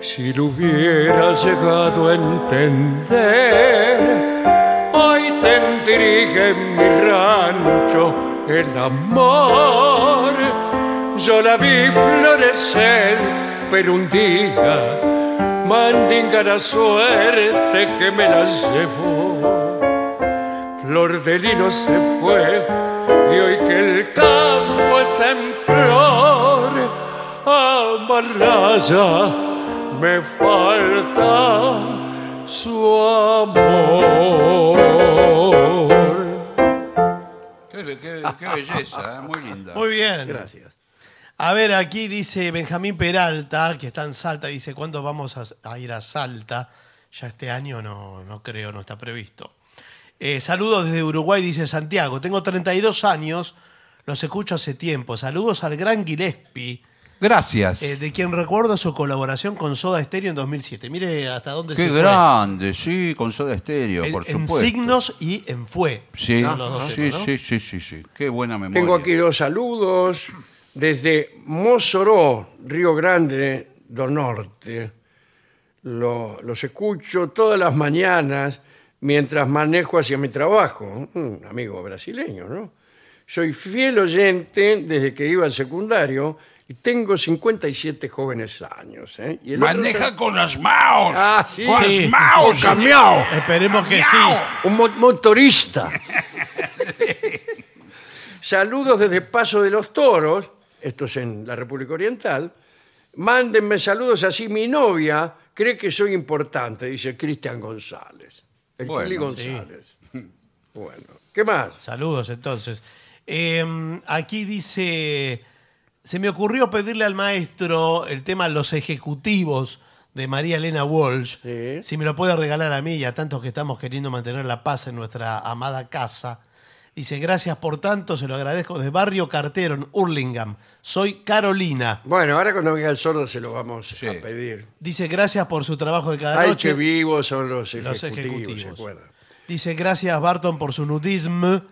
A: Si lo hubiera llegado a entender, hoy tendría en mi rancho el amor. Yo la vi florecer, pero un día mandinga la suerte que me la llevó. Flor de lino se fue y hoy que el campo está en flor, amarraya me falta su amor.
B: Qué, qué- qué belleza, ¿eh? muy linda.
C: Muy bien.
A: Gracias.
C: A ver, aquí dice Benjamín Peralta, que está en Salta, dice, ¿cuándo vamos a, a ir a Salta? Ya este año no, no creo, no está previsto. Eh, saludos desde Uruguay, dice Santiago. Tengo 32 años, los escucho hace tiempo. Saludos al gran Gillespie,
B: Gracias.
C: eh, de quien recuerdo su colaboración con Soda Stereo en 2007. Mire hasta dónde
B: qué
C: se fue.
B: grande, sí, con Soda Estéreo,
C: En-
B: por
C: en
B: supuesto.
C: signos y en fue.
B: Sí,
C: Son los dos
B: sí,
C: temas, ¿no?
B: sí, sí, sí, sí. Qué buena memoria.
A: Tengo aquí dos saludos desde Mozoró, Río Grande do Norte. Lo- los escucho todas las mañanas mientras manejo hacia mi trabajo. Un amigo brasileño, ¿no? Soy fiel oyente desde que iba al secundario y tengo 57 jóvenes años. ¿eh? Y el otro
B: Maneja
A: tra-
B: con las maos.
A: Ah, sí.
B: Con
C: Sí.
B: las maos.
A: Un camiao.
C: Esperemos que sí.
A: Un mo- motorista. Saludos desde Paso de los Toros, esto es en la República Oriental. Mándenme saludos así mi novia cree que soy importante, dice Cristian González. El
B: Bueno,
A: Kili
B: sí.
A: González. Bueno, ¿qué más?
C: Saludos entonces. Eh, aquí dice, se me ocurrió pedirle al maestro el tema Los Ejecutivos de María Elena Walsh,
A: Sí.
C: si me lo puede regalar a mí y a tantos que estamos queriendo mantener la paz en nuestra amada casa. Dice, gracias por tanto, se lo agradezco de Barrio Cartero en Hurlingham. Soy Carolina.
A: Bueno, ahora cuando venga el sordo se lo vamos
B: Sí.
A: a pedir.
C: Dice, gracias por su trabajo de cada
A: Ay,
C: noche.
A: que vivos son los
C: Los
A: ejecutivos,
C: ejecutivos.
A: ¿se acuerdan?
C: Dice, gracias Barton por su nudismo,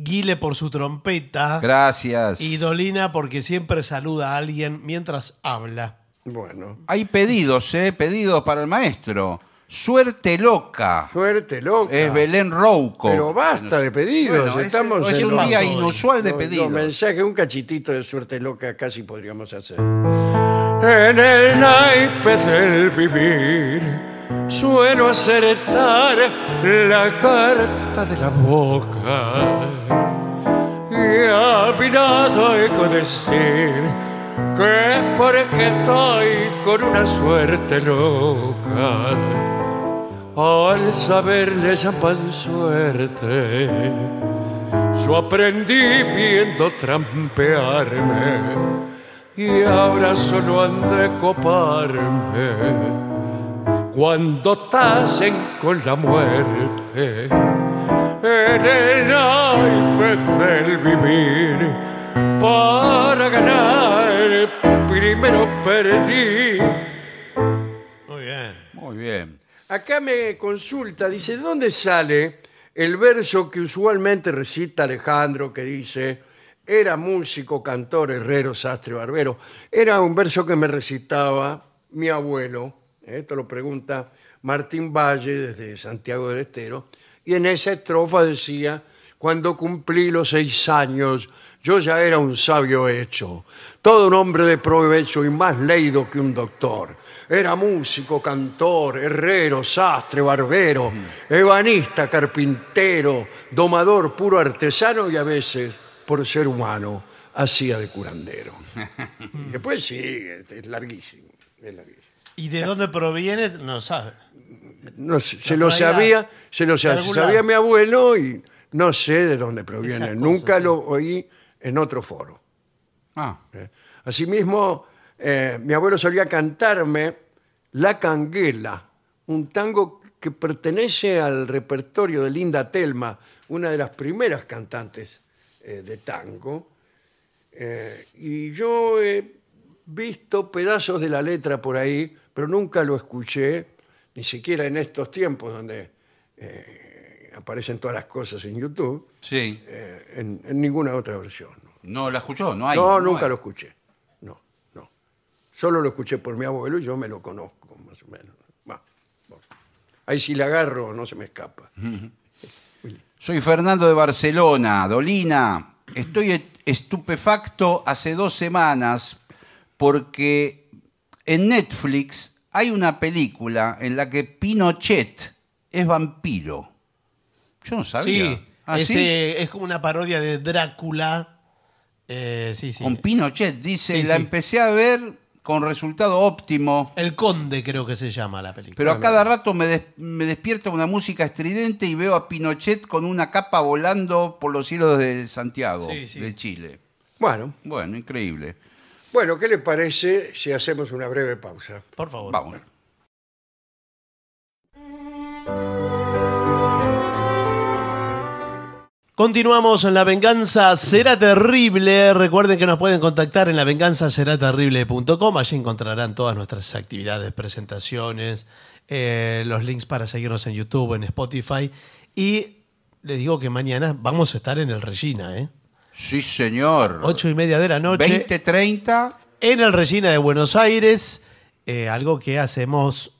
C: Guile por su trompeta.
B: Gracias.
C: Y Dolina porque siempre saluda a alguien mientras habla.
A: Bueno,
B: Hay pedidos, ¿eh? Pedidos para el maestro. Suerte loca.
A: suerte, loca.
B: Es Belén Rouco.
A: Pero basta de pedidos.
B: Bueno, es-
A: estamos
B: es,
A: en
B: un
A: los-
B: día
C: hoy.
B: inusual de
A: No,
B: pedidos.
A: No, mensaje, un cachitito de suerte loca casi podríamos hacer. En el naipe del vivir suelo acertar la carta de la boca y a mi lado eco decir que es porque estoy con una suerte loca. Al saber le llaman suerte. Yo aprendí viendo trampearme y ahora solo han de coparme cuando tasen con la muerte en el naipe del vivir para ganar primero perdí.
C: Muy bien.
B: Muy bien.
A: Acá me consulta, dice, ¿de dónde sale el verso que usualmente recita Alejandro que dice, era músico, cantor, herrero, sastre, barbero? Era un verso que me recitaba mi abuelo, ¿eh? esto lo pregunta Martín Valle desde Santiago del Estero, y en esa estrofa decía, cuando cumplí los seis años, yo ya era un sabio hecho, todo un hombre de provecho y más leído que un doctor. Era músico, cantor, herrero, sastre, barbero, ebanista, carpintero, domador, puro artesano y a veces, por ser humano, hacía de curandero. Y Después sigue, es larguísimo. es larguísimo.
C: ¿Y de dónde proviene? No sabe.
A: No sé, se lo
C: traía
A: sabía, se lo
C: de
A: sa-
C: algún
A: sabía
C: lado.
A: mi abuelo y no sé de dónde proviene.
C: Esas cosas,
A: Nunca
C: sí.
A: lo oí en otro foro.
B: Ah,
A: Asimismo, eh, mi abuelo solía cantarme La Canguela, un tango que pertenece al repertorio de Linda Telma, una de las primeras cantantes eh, de tango. Eh, y yo he visto pedazos de la letra por ahí, pero nunca lo escuché, ni siquiera en estos tiempos donde eh, aparecen todas las cosas en YouTube,
B: Sí.
A: eh, en, en ninguna otra versión.
B: No la escuchó, no hay.
A: no, nunca
B: hay.
A: lo escuché. No, no. Solo lo escuché por mi abuelo y yo me lo conozco, más o menos. Va, bueno. Ahí si la agarro no se me escapa.
B: Soy Fernando de Barcelona, Dolina. Estoy e- estupefacto hace dos semanas porque en Netflix hay una película en la que Pinochet es vampiro. Yo no sabía.
C: Sí,
B: ¿Ah,
C: ese-
B: sí?
C: es como una parodia de Drácula. Eh, sí, sí.
B: Con Pinochet, dice,
C: Sí,
B: la
C: sí.
B: empecé a ver con resultado óptimo.
C: El Conde creo que se llama la película.
B: Pero a cada rato me, des- me despierta una música estridente y veo a Pinochet con una capa volando por los cielos de Santiago,
C: Sí, sí.
B: de Chile.
A: Bueno,
B: Bueno, increíble.
A: bueno, ¿qué le parece si hacemos una breve pausa?
C: Por favor.
B: Vamos.
C: Continuamos en La Venganza Será Terrible. Recuerden que nos pueden contactar en lavenganzaseraterrible.com. Allí encontrarán todas nuestras actividades, presentaciones, eh, los links para seguirnos en YouTube, en Spotify. Y les digo que mañana vamos a estar en el Regina, ¿eh?
B: Sí, señor.
C: Ocho y media de la noche.
B: 2030.
C: en el Regina de Buenos Aires, eh, algo que hacemos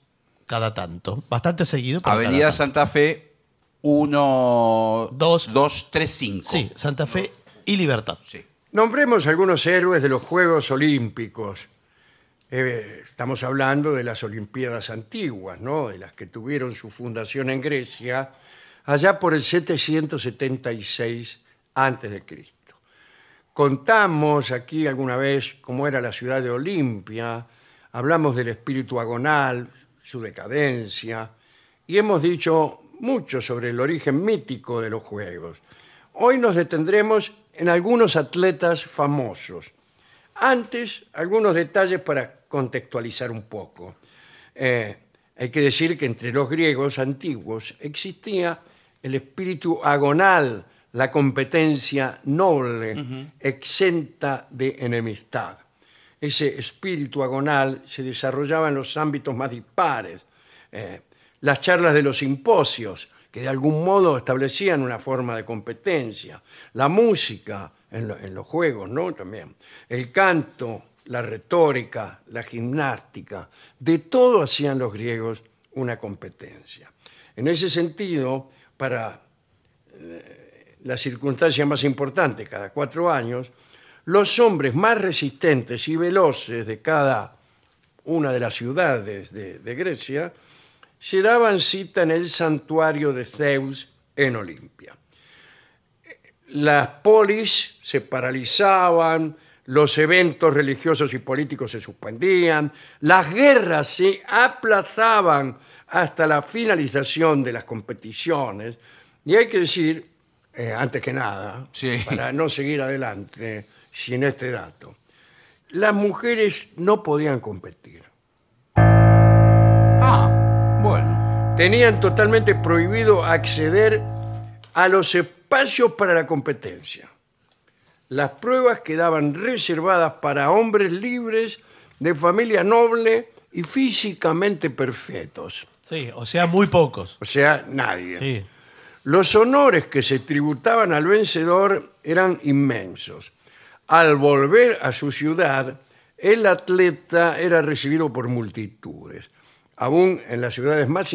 C: cada tanto, bastante seguido. pero
B: Avenida
C: cada tanto.
B: Santa Fe 1
C: Dos.
B: 235.
C: Sí, Santa Fe y Libertad.
B: Sí.
A: Nombremos algunos héroes de los Juegos Olímpicos. Eh, estamos hablando de las Olimpiadas antiguas, ¿no? De las que tuvieron su fundación en Grecia allá por el 776 antes de Cristo. Contamos aquí alguna vez cómo era la ciudad de Olimpia, hablamos del espíritu agonal, su decadencia, y hemos dicho mucho sobre el origen mítico de los Juegos. Hoy nos detendremos en algunos atletas famosos. Antes, algunos detalles para contextualizar un poco. Eh, hay que decir que entre los griegos antiguos existía el espíritu agonal, la competencia noble, exenta de enemistad. Ese espíritu agonal se desarrollaba en los ámbitos más dispares, eh, las charlas de los simposios, que de algún modo establecían una forma de competencia, la música en, lo- en los juegos, ¿no? También, el canto, la retórica, la gimnástica, de todo hacían los griegos una competencia. En ese sentido, para la circunstancia más importante cada cuatro años, los hombres más resistentes y veloces de cada una de las ciudades de, de Grecia se daban cita en el santuario de Zeus en Olimpia. Las polis se paralizaban, los eventos religiosos y políticos se suspendían, las guerras se aplazaban hasta la finalización de las competiciones. Y hay que decir, eh, antes que nada,
B: Sí.
A: para no seguir adelante sin este dato, las mujeres no podían competir.
B: Ah, bueno.
A: tenían totalmente prohibido acceder a los espacios para la competencia. Las pruebas quedaban reservadas para hombres libres, de familia noble y físicamente perfectos.
C: Sí, o sea, muy pocos.
A: O sea, nadie.
C: Sí.
A: Los honores que se tributaban al vencedor eran inmensos. Al volver a su ciudad, el atleta era recibido por multitudes. Aún en las ciudades más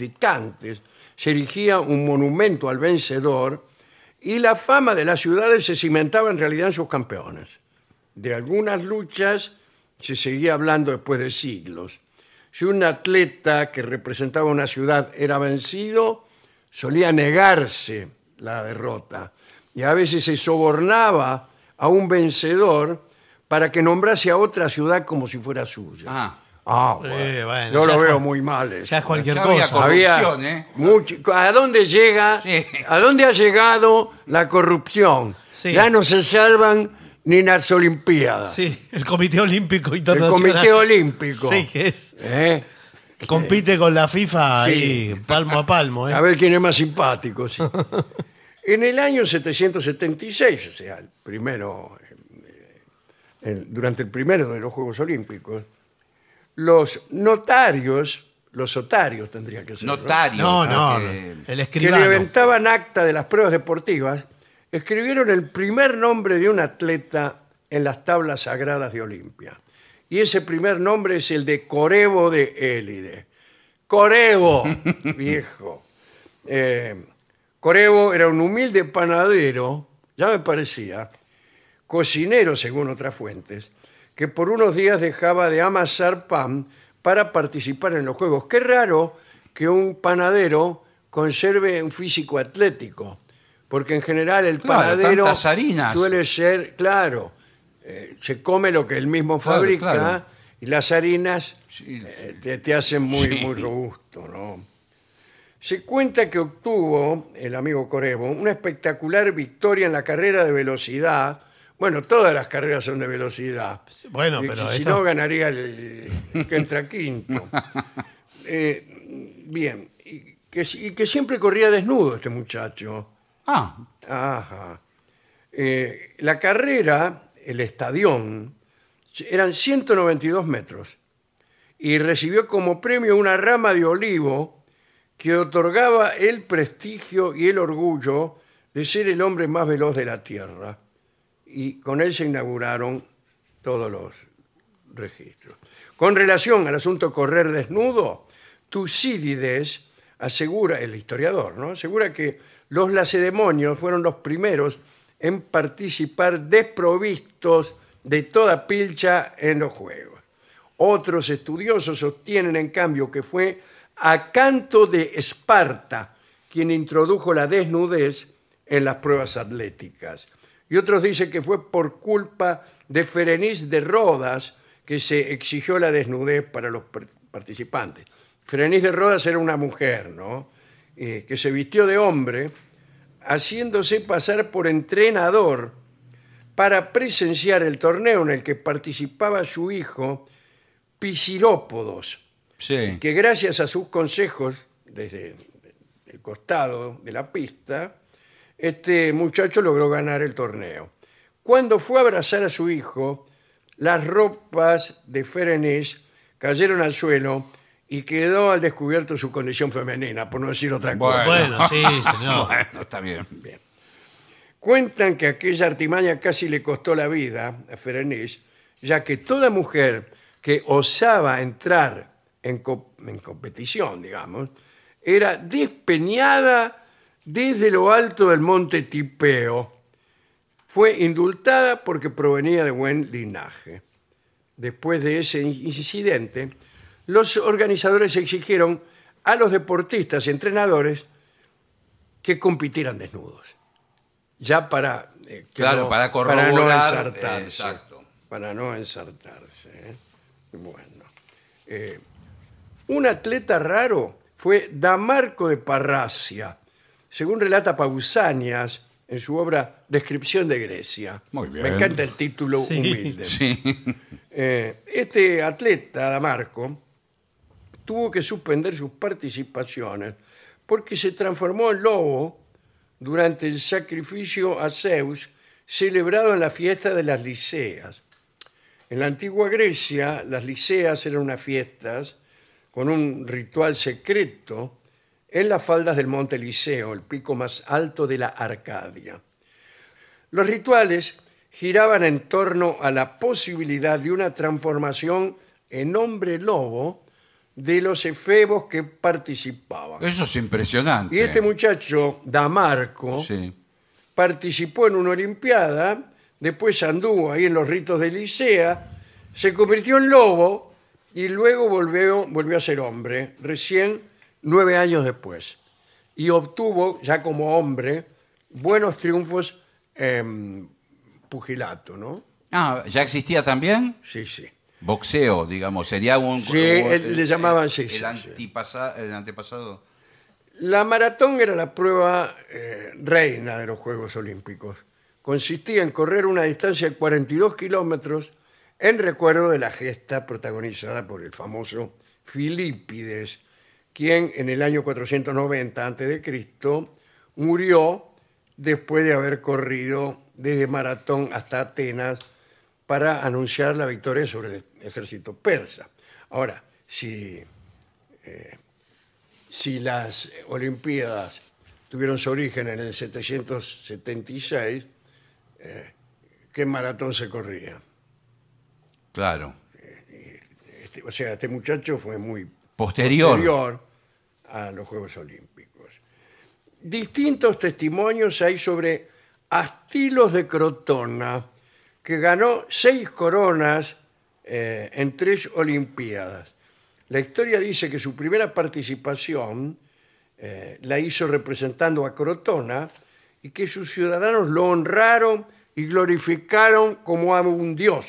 A: insignificantes se erigía un monumento al vencedor y la fama de las ciudades se cimentaba en realidad en sus campeones. De algunas luchas se seguía hablando después de siglos. Si un atleta que representaba una ciudad era vencido, solía negarse la derrota y a veces se sobornaba a un vencedor para que nombrase a otra ciudad como si fuera suya.
B: Ah.
A: Ah,
C: Sí,
A: bueno.
C: Eh, bueno,
A: Yo
C: ya
A: lo
C: es
A: veo
C: cual-
A: muy mal. eso.
C: Ya es cualquier
B: Ya había
C: cosa.
B: corrupción.
A: Había
B: ¿eh?
A: mucho- ¿A dónde llega?
B: Sí.
A: ¿A dónde ha llegado la corrupción?
C: Sí.
A: Ya no se salvan ni en las Olimpiadas.
C: Sí, el Comité Olímpico
A: el
C: Internacional.
A: Comité Olímpico.
C: Sí, que es.
A: ¿eh?
C: Compite con la FIFA
A: Sí.
C: ahí, palmo a palmo. ¿eh?
A: A ver quién es más simpático. sí. en el año 776, o sea, el primero, eh, el- durante el primero de los Juegos Olímpicos, los notarios, los otarios tendría que ser, ¿no?
B: Notarios.
C: no, no,
B: aunque-
C: el
A: que
C: escribano.
A: levantaban acta de las pruebas deportivas, escribieron el primer nombre de un atleta en las tablas sagradas de Olimpia. Y ese primer nombre es el de Corebo de Élide. Corebo, viejo. Eh, Corebo era un humilde panadero, ya me parecía, cocinero según otras fuentes, que por unos días dejaba de amasar pan para participar en los juegos. Qué raro que un panadero conserve un físico atlético, porque en general el
B: Claro,
A: panadero
B: tantas harinas.
A: suele ser, claro, eh, se come lo que él mismo
B: Claro,
A: fabrica
B: claro.
A: y las harinas
B: Sí.
A: eh, te, te hacen muy,
B: Sí.
A: muy robusto, ¿no? Se cuenta que obtuvo el amigo Corebo una espectacular victoria en la carrera de velocidad. Bueno, todas las carreras son de velocidad.
C: Bueno,
A: Y
C: pero
A: si
C: esto-
A: no, ganaría el, el que entra quinto. Eh, bien, y que, y que siempre corría desnudo este muchacho.
B: Ah,
A: Ajá. Eh, la carrera, el estadión, eran 192 metros y recibió como premio una rama de olivo que otorgaba el prestigio y el orgullo de ser el hombre más veloz de la Tierra. Y con él se inauguraron todos los registros. Con relación al asunto correr desnudo, Tucídides asegura, el historiador, ¿no? asegura que los lacedemonios fueron los primeros en participar desprovistos de toda pilcha en los juegos. Otros estudiosos sostienen, en cambio, que fue Acanto de Esparta quien introdujo la desnudez en las pruebas atléticas. Y otros dicen que fue por culpa de Ferenís de Rodas que se exigió la desnudez para los per- participantes. Ferenís de Rodas era una mujer, ¿no? Eh, que se vistió de hombre, haciéndose pasar por entrenador para presenciar el torneo en el que participaba su hijo Pisirópodos,
B: sí.
A: que gracias a sus consejos desde el costado de la pista, este muchacho logró ganar el torneo. Cuando fue a abrazar a su hijo, las ropas de Ferenés cayeron al suelo y quedó al descubierto su condición femenina, por no decir otra cosa.
C: Bueno, sí, señor.
B: Bueno, está bien.
A: Cuentan que aquella artimaña casi le costó la vida a Ferenés, ya que toda mujer que osaba entrar en, co- en competición, digamos, era despeñada desde lo alto del monte Tipeo. Fue indultada porque provenía de buen linaje. Después de ese incidente, los organizadores exigieron a los deportistas y entrenadores que compitieran desnudos ya para eh, que
B: Claro, para corroborar,
A: para no ensartarse,
B: eh, exacto.
A: para no ensartarse, ¿eh? Bueno, eh, un atleta raro fue Damarco de Parracia, según relata Pausanias en su obra Descripción de Grecia.
B: Muy bien.
A: Me encanta el título
C: Sí.
A: humilde.
B: Sí.
A: Eh, este atleta, Damarco, tuvo que suspender sus participaciones porque se transformó en lobo durante el sacrificio a Zeus celebrado en la fiesta de las Liceas. En la antigua Grecia, las Liceas eran unas fiestas con un ritual secreto en las faldas del monte Liceo, el pico más alto de la Arcadia. Los rituales giraban en torno a la posibilidad de una transformación en hombre lobo de los efebos que participaban.
B: Eso es impresionante.
A: Y este muchacho, Damarco,
B: Sí.
A: participó en una olimpiada, después anduvo ahí en los ritos de Licea, se convirtió en lobo y luego volvió, volvió a ser hombre, recién nueve años después. Y obtuvo, ya como hombre, buenos triunfos en pugilato, ¿no?
B: Ah, ¿ya existía también?
A: Sí, sí.
B: Boxeo, digamos. Sería un.
A: Sí,
B: un-
A: él- le llamaban, sí,
B: El,
A: sí, sí.
B: antipasa- el antepasado.
A: La maratón era la prueba eh, reina de los Juegos Olímpicos. Consistía en correr una distancia de 42 kilómetros en recuerdo de la gesta protagonizada por el famoso Filipides, quien en el año 490 a.C. murió después de haber corrido desde Maratón hasta Atenas para anunciar la victoria sobre el ejército persa. Ahora, si, eh, si las Olimpiadas tuvieron su origen en el 776, eh, ¿qué maratón se corría?
B: Claro.
A: Este- o sea, este muchacho fue muy
B: Posterior.
A: posterior a los Juegos Olímpicos. Distintos testimonios hay sobre Astilos de Crotona, que ganó seis coronas eh, en tres Olimpiadas. La historia dice que su primera participación eh, la hizo representando a Crotona y que sus ciudadanos lo honraron y glorificaron como a un dios.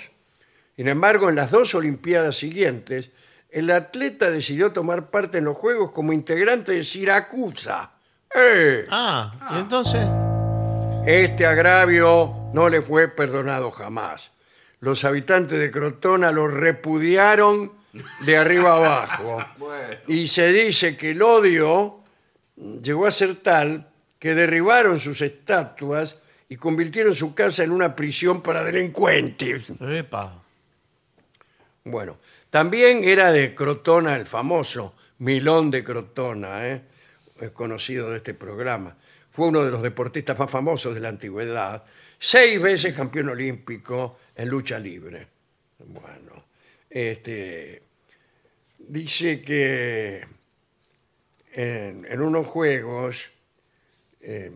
A: Sin embargo, en las dos Olimpiadas siguientes, el atleta decidió tomar parte en los Juegos como integrante de Siracusa. ¡Eh!
C: Ah, ¿y entonces.
A: Este agravio no le fue perdonado jamás. Los habitantes de Crotona lo repudiaron de arriba abajo. Y se dice que el odio llegó a ser tal que derribaron sus estatuas y convirtieron su casa en una prisión para delincuentes.
C: Epa.
A: Bueno, también era de Crotona el famoso Milón de Crotona, ¿eh? Es conocido de este programa. Fue uno de los deportistas más famosos de la antigüedad. Seis veces campeón olímpico en lucha libre. Bueno, este dice que en, en unos juegos, eh,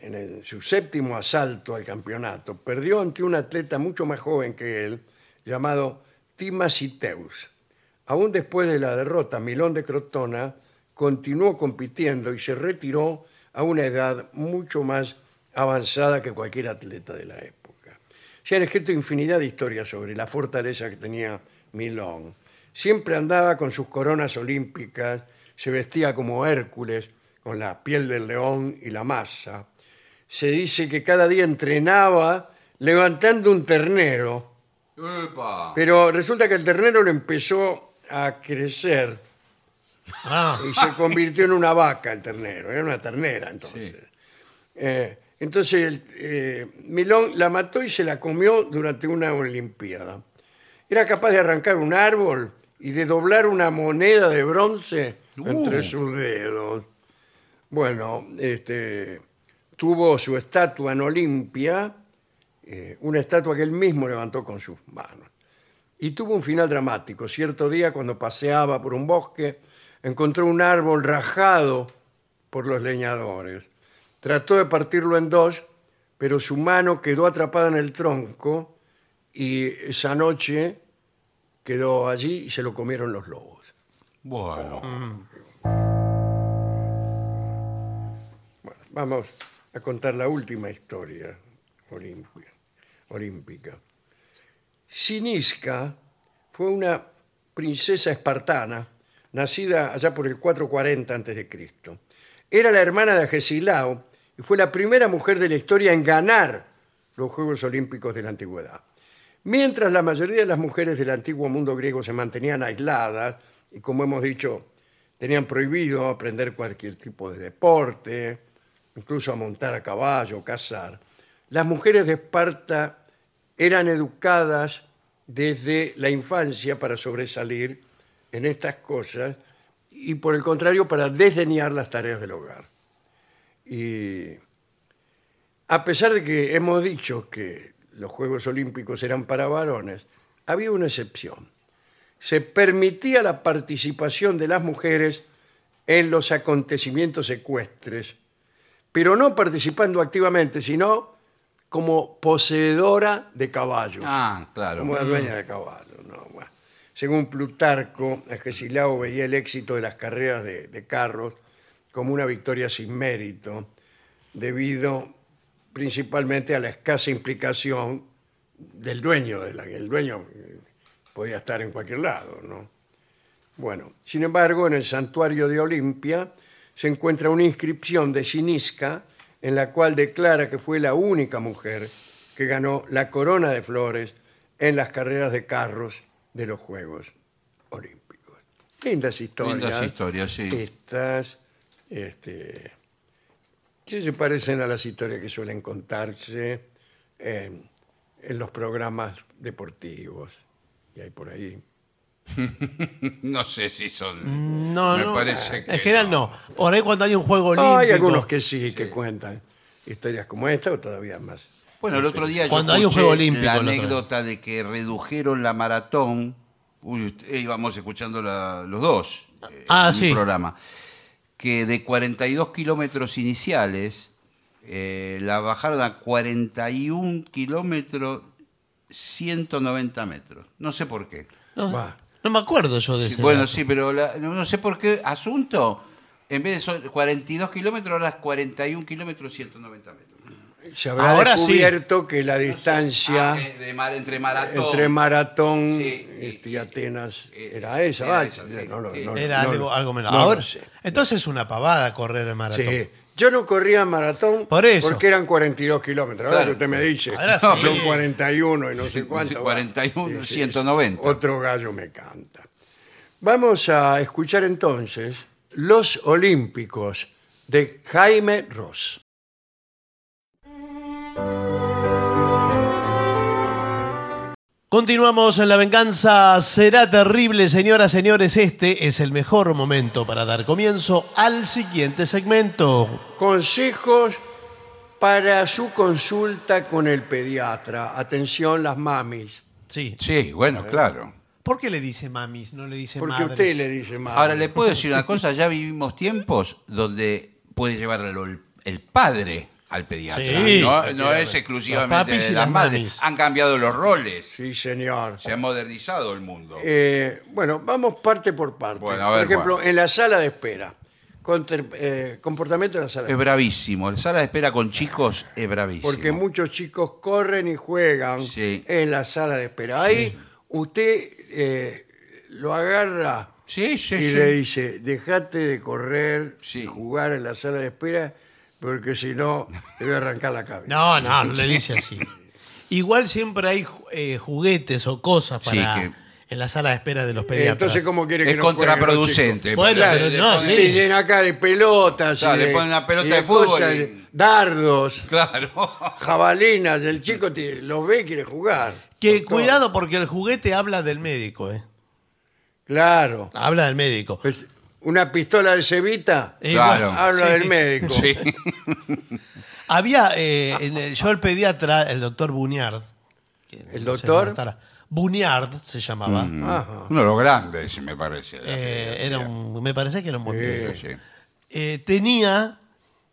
A: en el- su séptimo asalto al campeonato, perdió ante un atleta mucho más joven que él, llamado Timasiteus. Aún después de la derrota, Milón de Crotona continuó compitiendo y se retiró a una edad mucho más avanzada que cualquier atleta de la época. Se han escrito infinidad de historias sobre la fortaleza que tenía Milón. Siempre andaba con sus coronas olímpicas, se vestía como Hércules, con la piel del león y la masa. Se dice que cada día entrenaba levantando un ternero, pero resulta que el ternero le empezó a crecer
C: Ah,
A: y se convirtió en una vaca el ternero, era una ternera entonces.
B: Sí.
A: Eh, entonces el, eh, Milón la mató y se la comió durante una Olimpiada. Era capaz de arrancar un árbol y de doblar una moneda de bronce
B: Uh.
A: entre sus dedos. Bueno, este, tuvo su estatua en Olimpia, eh, una estatua que él mismo levantó con sus manos. Y tuvo un final dramático. Cierto día, cuando paseaba por un bosque, encontró un árbol rajado por los leñadores. Trató de partirlo en dos, pero su mano quedó atrapada en el tronco y esa noche quedó allí y se lo comieron los lobos.
B: Bueno.
A: Bueno, vamos a contar la última historia olímpica. olímpica. Sinisca fue una princesa espartana nacida allá por el 440 a.C. Era la hermana de Agesilao y fue la primera mujer de la historia en ganar los Juegos Olímpicos de la Antigüedad. Mientras la mayoría de las mujeres del antiguo mundo griego se mantenían aisladas y, como hemos dicho, tenían prohibido aprender cualquier tipo de deporte, incluso a montar a caballo, cazar, las mujeres de Esparta eran educadas desde la infancia para sobresalir en estas cosas y, por el contrario, para desdeñar las tareas del hogar. Y a pesar de que hemos dicho que los Juegos Olímpicos eran para varones, había una excepción. Se permitía la participación de las mujeres en los acontecimientos ecuestres, pero no participando activamente, sino como poseedora de caballos
B: Ah, claro.
A: como la dueña de caballo. ¿no? Bueno. Según Plutarco, Agesilao veía el éxito de las carreras de, de carros como una victoria sin mérito, debido principalmente a la escasa implicación del dueño, de la, el dueño eh, podía estar en cualquier lado. ¿no? Bueno, sin embargo, en el santuario de Olimpia se encuentra una inscripción de Sinisca en la cual declara que fue la única mujer que ganó la corona de flores en las carreras de carros de los Juegos Olímpicos. Lindas historias.
B: Lindas historias, sí.
A: Estas, este, que se parecen a las historias que suelen contarse en, en los programas deportivos que hay por ahí.
B: No sé si
C: Mm.
B: son.
C: No,
B: me
C: no.
B: Parece que
C: en general no. Por ahí cuando hay un juego olímpico.
A: Ah, hay algunos que sí, que cuentan historias como esta o todavía más.
B: Bueno, el otro día yo
C: Cuando hay un
B: escuché
C: juego olímpico,
B: la
C: el otro día.
B: anécdota de que redujeron la maratón. Uy, usted- eh, íbamos escuchando la- los dos eh,
C: Ah,
B: en
C: sí.
B: el programa. Que de 42 kilómetros iniciales eh, la bajaron a 41 kilómetros 190 metros. No sé por qué.
C: No,
A: Va.
C: no me acuerdo yo de
B: Sí,
C: ese.
B: bueno,
C: dato.
B: sí, pero la- no no sé por qué asunto. En vez de son 42 kilómetros, ahora es 41 kilómetros 190 metros.
A: Se habrá
C: Ahora sí.
A: descubierto que la distancia
B: Ah, eh, de mar- entre maratón.
A: entre maratón
B: Sí, y-
A: este, y,
B: y-
A: Atenas
B: eh,
A: era esa,
B: era
A: va,
B: esa, sí,
A: no lo-
B: sí.
A: no-
C: Era
A: no-
C: algo, algo menos.
A: no lo
C: Ahora,
A: sé.
C: entonces es una pavada correr el maratón.
A: Sí. Yo no corría maratón
C: Por eso.
A: porque eran 42 kilómetros. Ahora
B: Claro.
A: que usted me dice,
C: Ahora
A: son
C: sí.
A: 41 y no sé cuánto. va.
B: 41,
A: Dice,
B: 190.
A: Otro gallo me canta. Vamos a escuchar entonces Los Olímpicos de Jaime Ross.
C: Continuamos en la venganza. Será terrible, señoras, señores. Este es el mejor momento para dar comienzo al siguiente segmento.
A: Consejos para su consulta con el pediatra. Atención las mamis.
C: Sí.
B: Sí, bueno, claro.
C: ¿Por qué le dice mamis? No le dice
A: Porque
C: madres.
A: usted le dice mamis.
B: Ahora, le puedo decir una cosa, ya vivimos tiempos donde puede llevar el, el padre al pediatra.
C: Sí.
B: no, no es exclusivamente
C: Los papis
B: de
C: y
B: las
C: las
B: madres.
C: mamis.
B: Han cambiado los roles,
A: Sí, señor.
B: se ha modernizado el mundo.
A: Eh, bueno, vamos parte por parte.
B: Bueno, a ver,
A: por ejemplo,
B: Juan.
A: en la sala de espera. Conter- eh, comportamiento en la sala de
B: Es
A: espera.
B: bravísimo, el sala de espera con chicos es bravísimo.
A: Porque muchos chicos corren y juegan
B: Sí.
A: en la sala de espera. Ahí usted eh, lo agarra
B: Sí, sí,
A: y
B: sí.
A: le dice, dejate de correr
B: Sí.
A: y jugar en la sala de espera porque si no te voy a arrancar la cabeza.
C: No, no, no le dice así. Igual siempre hay ju- eh, juguetes o cosas
B: Sí,
C: para
B: que-
C: en la sala de espera de los
A: Eh,
C: pediatras.
A: Entonces, ¿cómo quiere que
B: Es
A: nos jueguen los
B: contraproducente.
C: Bueno,
B: porque
C: pero
B: le
C: no,
B: ponen-
A: Se
C: sí.
A: llena acá de pelotas.
B: Claro,
A: y
B: le ponen una pelota
A: y
B: de fútbol
A: cosas,
B: y-
A: Dardos,
B: Claro.
A: jabalinas. El chico te- los ve y quiere jugar.
C: Que
A: Doctor.
C: cuidado porque el juguete habla del médico, ¿eh?
A: Claro.
C: Habla del médico.
A: Pues, una pistola de cevita
C: Eh,
B: Claro.
C: bueno,
A: habla
C: sí.
A: del médico.
B: Sí.
C: Había, eh, en el- yo el pediatra, el doctor Buñard. que no sé
A: doctor?
C: dónde estará. Buñard se llamaba.
B: Mm.
A: Ajá.
B: Uno de los grandes, me parece.
C: Eh, era un, me parece que era un buen médico.
B: Sí.
C: Eh, tenía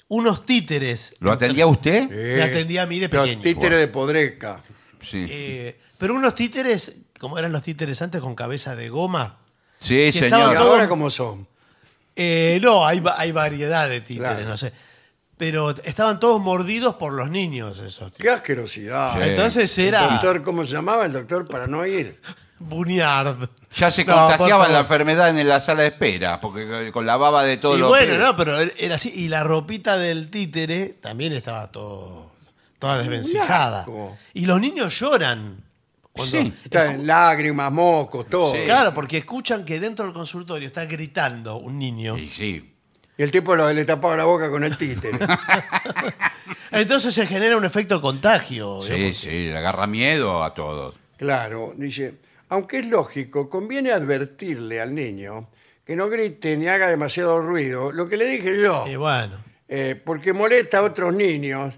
C: unos títeres.
B: ¿Lo atendía usted?
C: Me atendía a mí de
A: Los
C: pequeño.
A: títeres de podreca.
B: Sí.
C: Eh, pero unos títeres, como eran los títeres antes, con cabeza de goma.
B: Sí,
C: que estaba
A: ¿Y
B: señor.
C: todo-
A: ahora cómo son?
C: Eh, no, hay, va- hay variedad de títeres,
A: Claro.
C: no sé. Pero estaban todos mordidos por los niños esos títeres.
A: ¡Qué asquerosidad!
B: Sí.
C: Entonces
A: El
C: era
A: doctor, ¿cómo se llamaba el doctor? Para no ir.
C: Buñard.
B: Ya se
C: No, por
B: contagiaba
C: favor.
B: la enfermedad en la sala de espera, porque con la baba de todos
C: Y
B: los
C: bueno,
B: pibes.
C: no, pero él- era así. Y la ropita del títere también estaba todo, toda desvencijada.
A: asco.
C: Y los niños lloran. cuando-
B: Sí.
A: Está en lágrimas, mocos, todo.
B: Sí.
C: Claro, porque escuchan que dentro del consultorio está gritando un niño.
B: Y sí.
A: Y el tipo lo- le tapaba la boca con el títere.
C: Entonces se genera un efecto contagio.
B: Sí,
C: digamos.
B: sí, le agarra miedo a todos.
A: Claro, dice, aunque es lógico, conviene advertirle al niño que no grite ni haga demasiado ruido, lo que le dije yo,
C: Y bueno.
A: eh, porque molesta a otros niños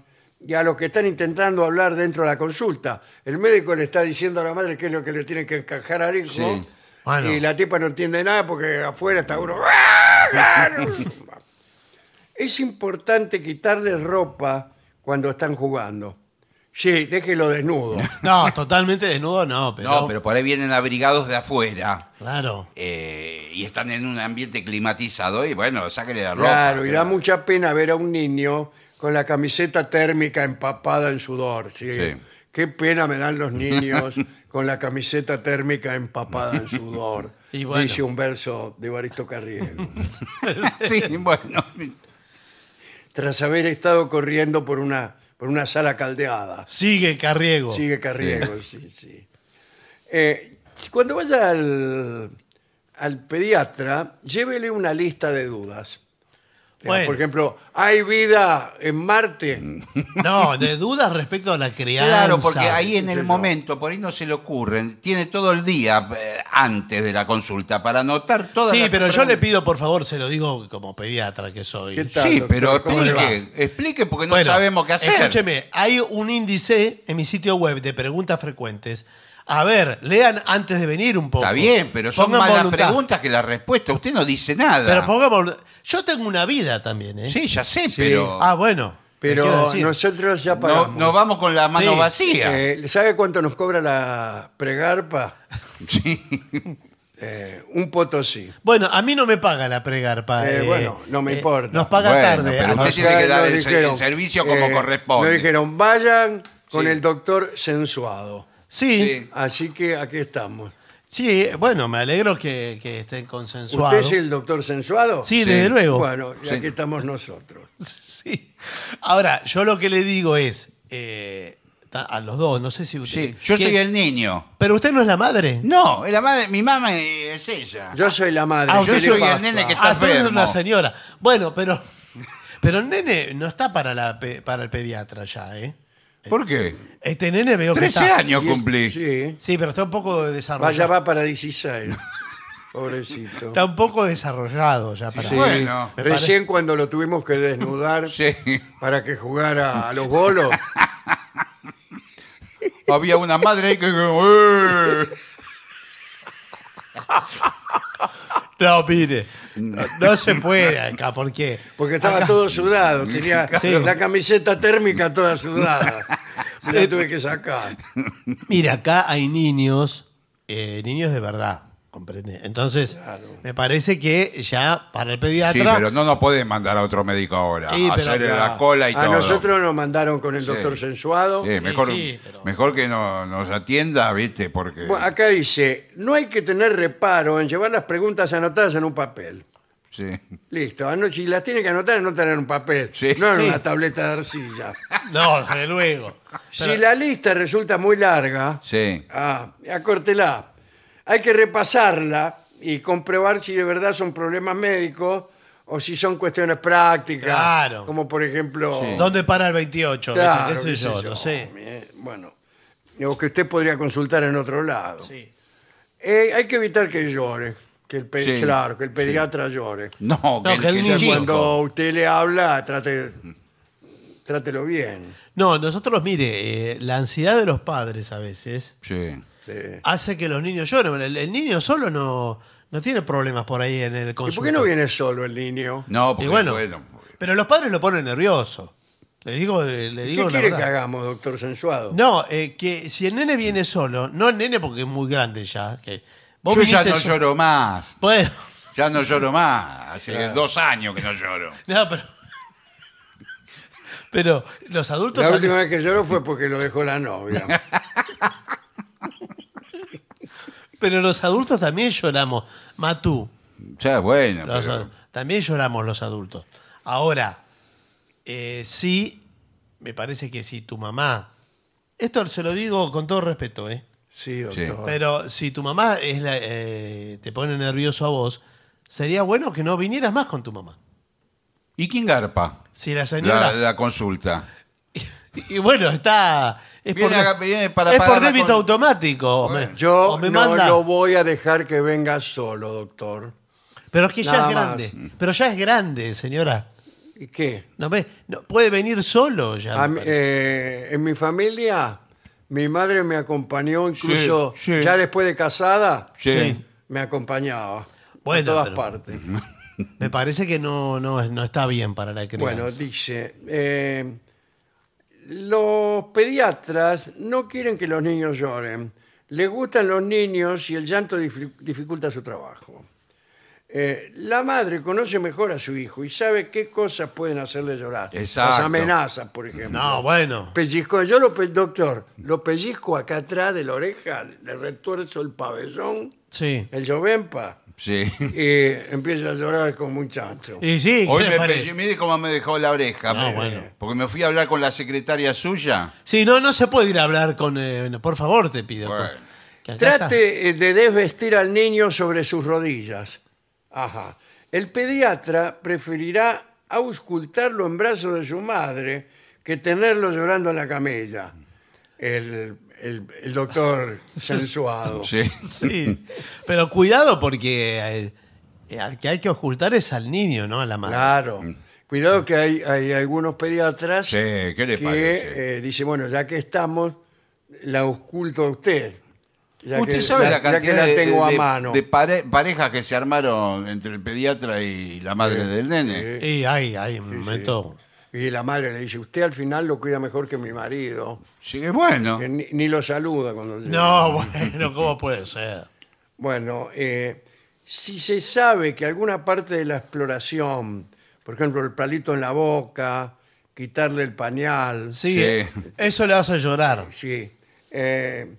A: y a los que están intentando hablar dentro de la consulta. El médico le está diciendo a la madre qué es lo que le tiene que encajar al hijo
B: Sí.
C: Bueno.
A: y la tipa no entiende nada porque afuera está uno... Es importante quitarles ropa cuando están jugando. Sí, déjelo desnudo.
C: No, totalmente desnudo no, pero.
B: No, pero por ahí vienen abrigados de afuera
C: Claro.
B: eh, y están en un ambiente climatizado y bueno, sáquenle la ropa.
A: Claro, y da
B: claro.
A: mucha pena ver a un niño con la camiseta térmica empapada en sudor. ¿sí?
B: Sí.
A: Qué pena me dan los niños con la camiseta térmica empapada en sudor.
C: Y bueno.
A: Dice un verso de Baristo Carriego.
B: Sí, bueno.
A: Tras haber estado corriendo por una, por una sala caldeada.
C: Sigue Carriego.
A: Sigue Carriego, sí, sí. Eh, cuando vaya al, al pediatra, llévele una lista de dudas.
C: Bueno. Mm.
A: Por ejemplo, ¿hay vida en Marte?
C: No, de dudas respecto a la crianza.
B: Claro, porque ahí en
A: sí,
B: el
A: sí,
B: momento, por ahí no se le ocurren, tiene todo el día eh, antes de la consulta para anotar todas
C: Sí,
B: las
C: pero yo le
B: preguntas.
C: pido, por favor, se lo digo como pediatra que soy.
A: ¿Qué tal,
B: Sí,
A: doctor?
B: pero
A: ¿Cómo le va?
B: explique, explique porque no
C: Bueno,
B: sabemos qué hacer.
C: Escúcheme, hay un índice en mi sitio web de preguntas frecuentes. A ver, lean antes de venir un poco.
B: Está bien, pero son
C: Pongan
B: más las
C: voluntad.
B: preguntas que las respuestas. Usted no dice nada.
C: Pero pongan volu- Yo tengo una vida también, ¿eh?
B: sí, ya sé, pero
C: Ah, bueno. ¿me quiero
A: Pero
C: decir?
A: nosotros ya
B: no,
A: pagamos.
B: nos vamos con la mano
C: Sí,
B: vacía.
A: Eh, ¿Sabe cuánto nos cobra la pregarpa?
B: Sí.
A: Eh, un potosí.
C: Bueno, a mí no me paga la pregarpa.
A: Eh,
C: eh,
A: bueno, no me
C: eh,
A: importa.
C: Nos paga
B: Bueno,
C: tarde.
B: pero usted
C: Ah,
A: O
C: no,
B: tiene que dar
A: nos eh,
B: el ser- el servicio como corresponde.
A: Nos dijeron, vayan con
B: Sí.
A: el doctor sensuado.
C: Sí,
B: Sí.
A: Así que aquí estamos.
C: sí, bueno, me alegro que, que estén
A: ¿Usted
C: consensuados.
A: es el doctor sensuado?
C: Sí,
B: Sí.
C: desde luego.
A: Bueno, y
B: Sí.
A: aquí estamos nosotros.
C: Sí. Ahora, yo lo que le digo es eh, ta- a los dos, no sé si usted.
B: Sí, Yo
C: ¿Qué?
B: soy el niño.
C: Pero usted no es la madre.
B: No, es la madre, mi mamá es ella.
A: Yo soy la madre.
C: Ah,
A: ¿qué
B: yo
A: le
B: soy el
A: pasa?
B: nene que está-
C: Ah, tú eres
B: enfermo.
C: una señora. Bueno, pero. Pero el nene no está para, la, pe- para el pediatra ya, ¿eh?
B: ¿Por qué?
C: Este nene veo que
B: 13
C: está.
B: años
A: Y es-
B: cumplí.
A: Sí.
C: Sí, pero está un poco
A: Vaya,
C: desarrollado.
A: va para 16. Pobrecito.
C: Está un poco desarrollado ya para.
A: Sí.
B: Bueno.
C: Me
A: Recién cuando lo tuvimos que desnudar
B: Sí.
A: para que jugara a los bolos,
B: Había una madre ahí que... ¡Eh!
C: No, mire. No, no se puede acá, porque.
A: porque estaba
C: acá-
A: todo sudado, tenía
C: Sí.
A: la camiseta térmica toda sudada. Se la tuve que sacar.
C: Mira, acá hay niños, eh, niños de verdad, ¿comprende? Entonces, me parece que ya para el
B: Sí,
C: pediatra.
B: pero no nos podés mandar a otro médico ahora.
C: Sí,
B: a
C: pero
B: hacerle
C: acá-
B: la cola y
A: a
B: todo.
A: nosotros nos mandaron con el doctor sensuado.
B: Sí, mejor,
C: sí, pero-
B: mejor que no- nos atienda, ¿viste? Porque...
A: Bueno, acá dice, no hay que tener reparo en llevar las preguntas anotadas en un papel.
B: sí.
A: Listo, ano- si las tiene que anotar, anotar en un papel,
B: Sí.
A: no en
C: Sí.
A: una tableta de arcilla.
C: No, desde luego.
A: si la lista resulta muy larga,
B: Sí.
A: Ah, acórtela. Hay que repasarla y comprobar si de verdad son problemas médicos o si son cuestiones prácticas.
C: Claro.
A: Como por ejemplo.
C: ¿Dónde para el 28?
A: Claro,
C: ¿Qué sé yo? No sé.
A: Eh, Bueno, o que usted podría consultar en otro lado.
C: Sí.
A: Eh, hay que evitar que llore, que el, pe-
B: Sí,
A: claro, que el pediatra llore.
B: No, que,
C: que el
B: que
C: niño-
B: sea
A: Cuando usted le habla, trate, trátelo bien.
C: No, nosotros, mire, eh, la ansiedad de los padres a veces
B: Sí.
A: Sí.
C: hace que los niños lloren. El, el niño solo no, no tiene problemas por ahí en el
A: ¿Y
C: consultorio.
A: por qué no viene solo el niño?
B: No, porque
C: Y bueno,
B: bueno,
C: pero los padres lo ponen nervioso. Le digo, le
A: ¿Qué
C: digo la
A: quiere que
C: verdad.
A: hagamos, doctor Sensuado?
C: No, eh, que si el nene viene solo, no el nene porque es muy grande ya. Que vos
B: Yo ya
C: viniste
B: no
C: solo.
B: lloro más.
C: Bueno,
B: Ya no lloro más. Hace dos años que no lloro.
C: no, pero. Pero los adultos.
A: La
C: también-
A: última vez que lloró fue porque lo dejó la novia.
C: Pero los adultos también lloramos. Matú,
B: Ya, bueno.
C: los
B: pero-
C: ad- también lloramos los adultos. Ahora, eh, sí, me parece que si tu mamá. Esto se lo digo con todo respeto, ¿eh?
A: Sí, doctor.
C: Pero si tu mamá es la- eh, te pone nervioso a vos, sería bueno que no vinieras más con tu mamá.
B: ¿Y quién garpa?
C: Si la señora.
B: La, la consulta.
C: Y bueno, está. Es
B: Viene
C: por,
B: acá, viene para
C: es
B: pagar
C: por
B: la
C: débito
B: con-
C: automático. o me-
A: Yo
C: o me
A: no
C: manda-
A: lo voy a dejar que venga solo, doctor.
C: Pero es que ya
A: Nada
C: es grande. Pero ya es grande, señora.
A: ¿Y qué?
C: No, ve, no, puede venir solo ya. me
A: A mí,
C: parece.
A: eh, en mi familia, mi madre me acompañó incluso
B: sí.
A: ya después de casada,
B: Sí.
C: Sí.
A: me acompañaba.
C: Bueno,
A: en todas
C: pero-
A: partes.
C: Me parece que no, no, es- no está bien para la crianza.
A: Bueno, dice, eh, los pediatras no quieren que los niños lloren. Les gustan los niños y el llanto dific- dificulta su trabajo. Eh, la madre conoce mejor a su hijo y sabe qué cosas pueden hacerle llorar. Las
B: Exacto.
A: amenazas, por ejemplo.
C: no, bueno.
A: Pellizco, yo lo pe- doctor, lo pellizco acá atrás de la oreja, le retuerzo el pabellón,
C: Sí.
A: el llovempa,
B: Sí.
A: y empieza a llorar como un chancho.
C: Y sí, ¿qué
B: Hoy
C: le
B: me
C: parece?
B: pellí- mire cómo me dejó la oreja.
C: No,
B: mire.
C: bueno.
B: Porque me fui a hablar con la secretaria suya.
C: Sí, no, no se puede ir a hablar con. eh, por favor, te pido.
B: Bueno.
C: Que acá
A: Trate eh, de desvestir al niño sobre sus rodillas. Ajá. El pediatra preferirá auscultarlo en brazos de su madre que tenerlo llorando en la camilla. El, el- el doctor sensuado.
B: Sí.
C: Sí, pero cuidado porque eh, al que hay que ocultar es al niño, ¿no? A la madre.
A: Claro. Cuidado que hay, hay algunos pediatras
B: Mm. Sí, ¿qué le
A: que
B: parece?
A: eh, dicen, bueno, ya que estamos, la oculto a usted. Ya
B: Usted
A: que-
B: sabe la
A: ya que
B: cantidad de,
A: la tengo
B: de-
A: a mano.
B: de pare- parejas que se armaron entre el pediatra y la madre del nene.
A: Sí.
C: Y hay, hay un momento.
A: Y la madre le dice, usted al final lo cuida mejor que mi marido.
B: Sí, que bueno.
A: que ni, ni lo saluda cuando llega.
C: No, bueno, ¿cómo puede ser?
A: Bueno, eh, si se sabe que alguna parte de la exploración, por ejemplo, el palito en la boca, quitarle el pañal,
C: Sí,
B: Sí.
C: eso le hace llorar.
A: sí, eh,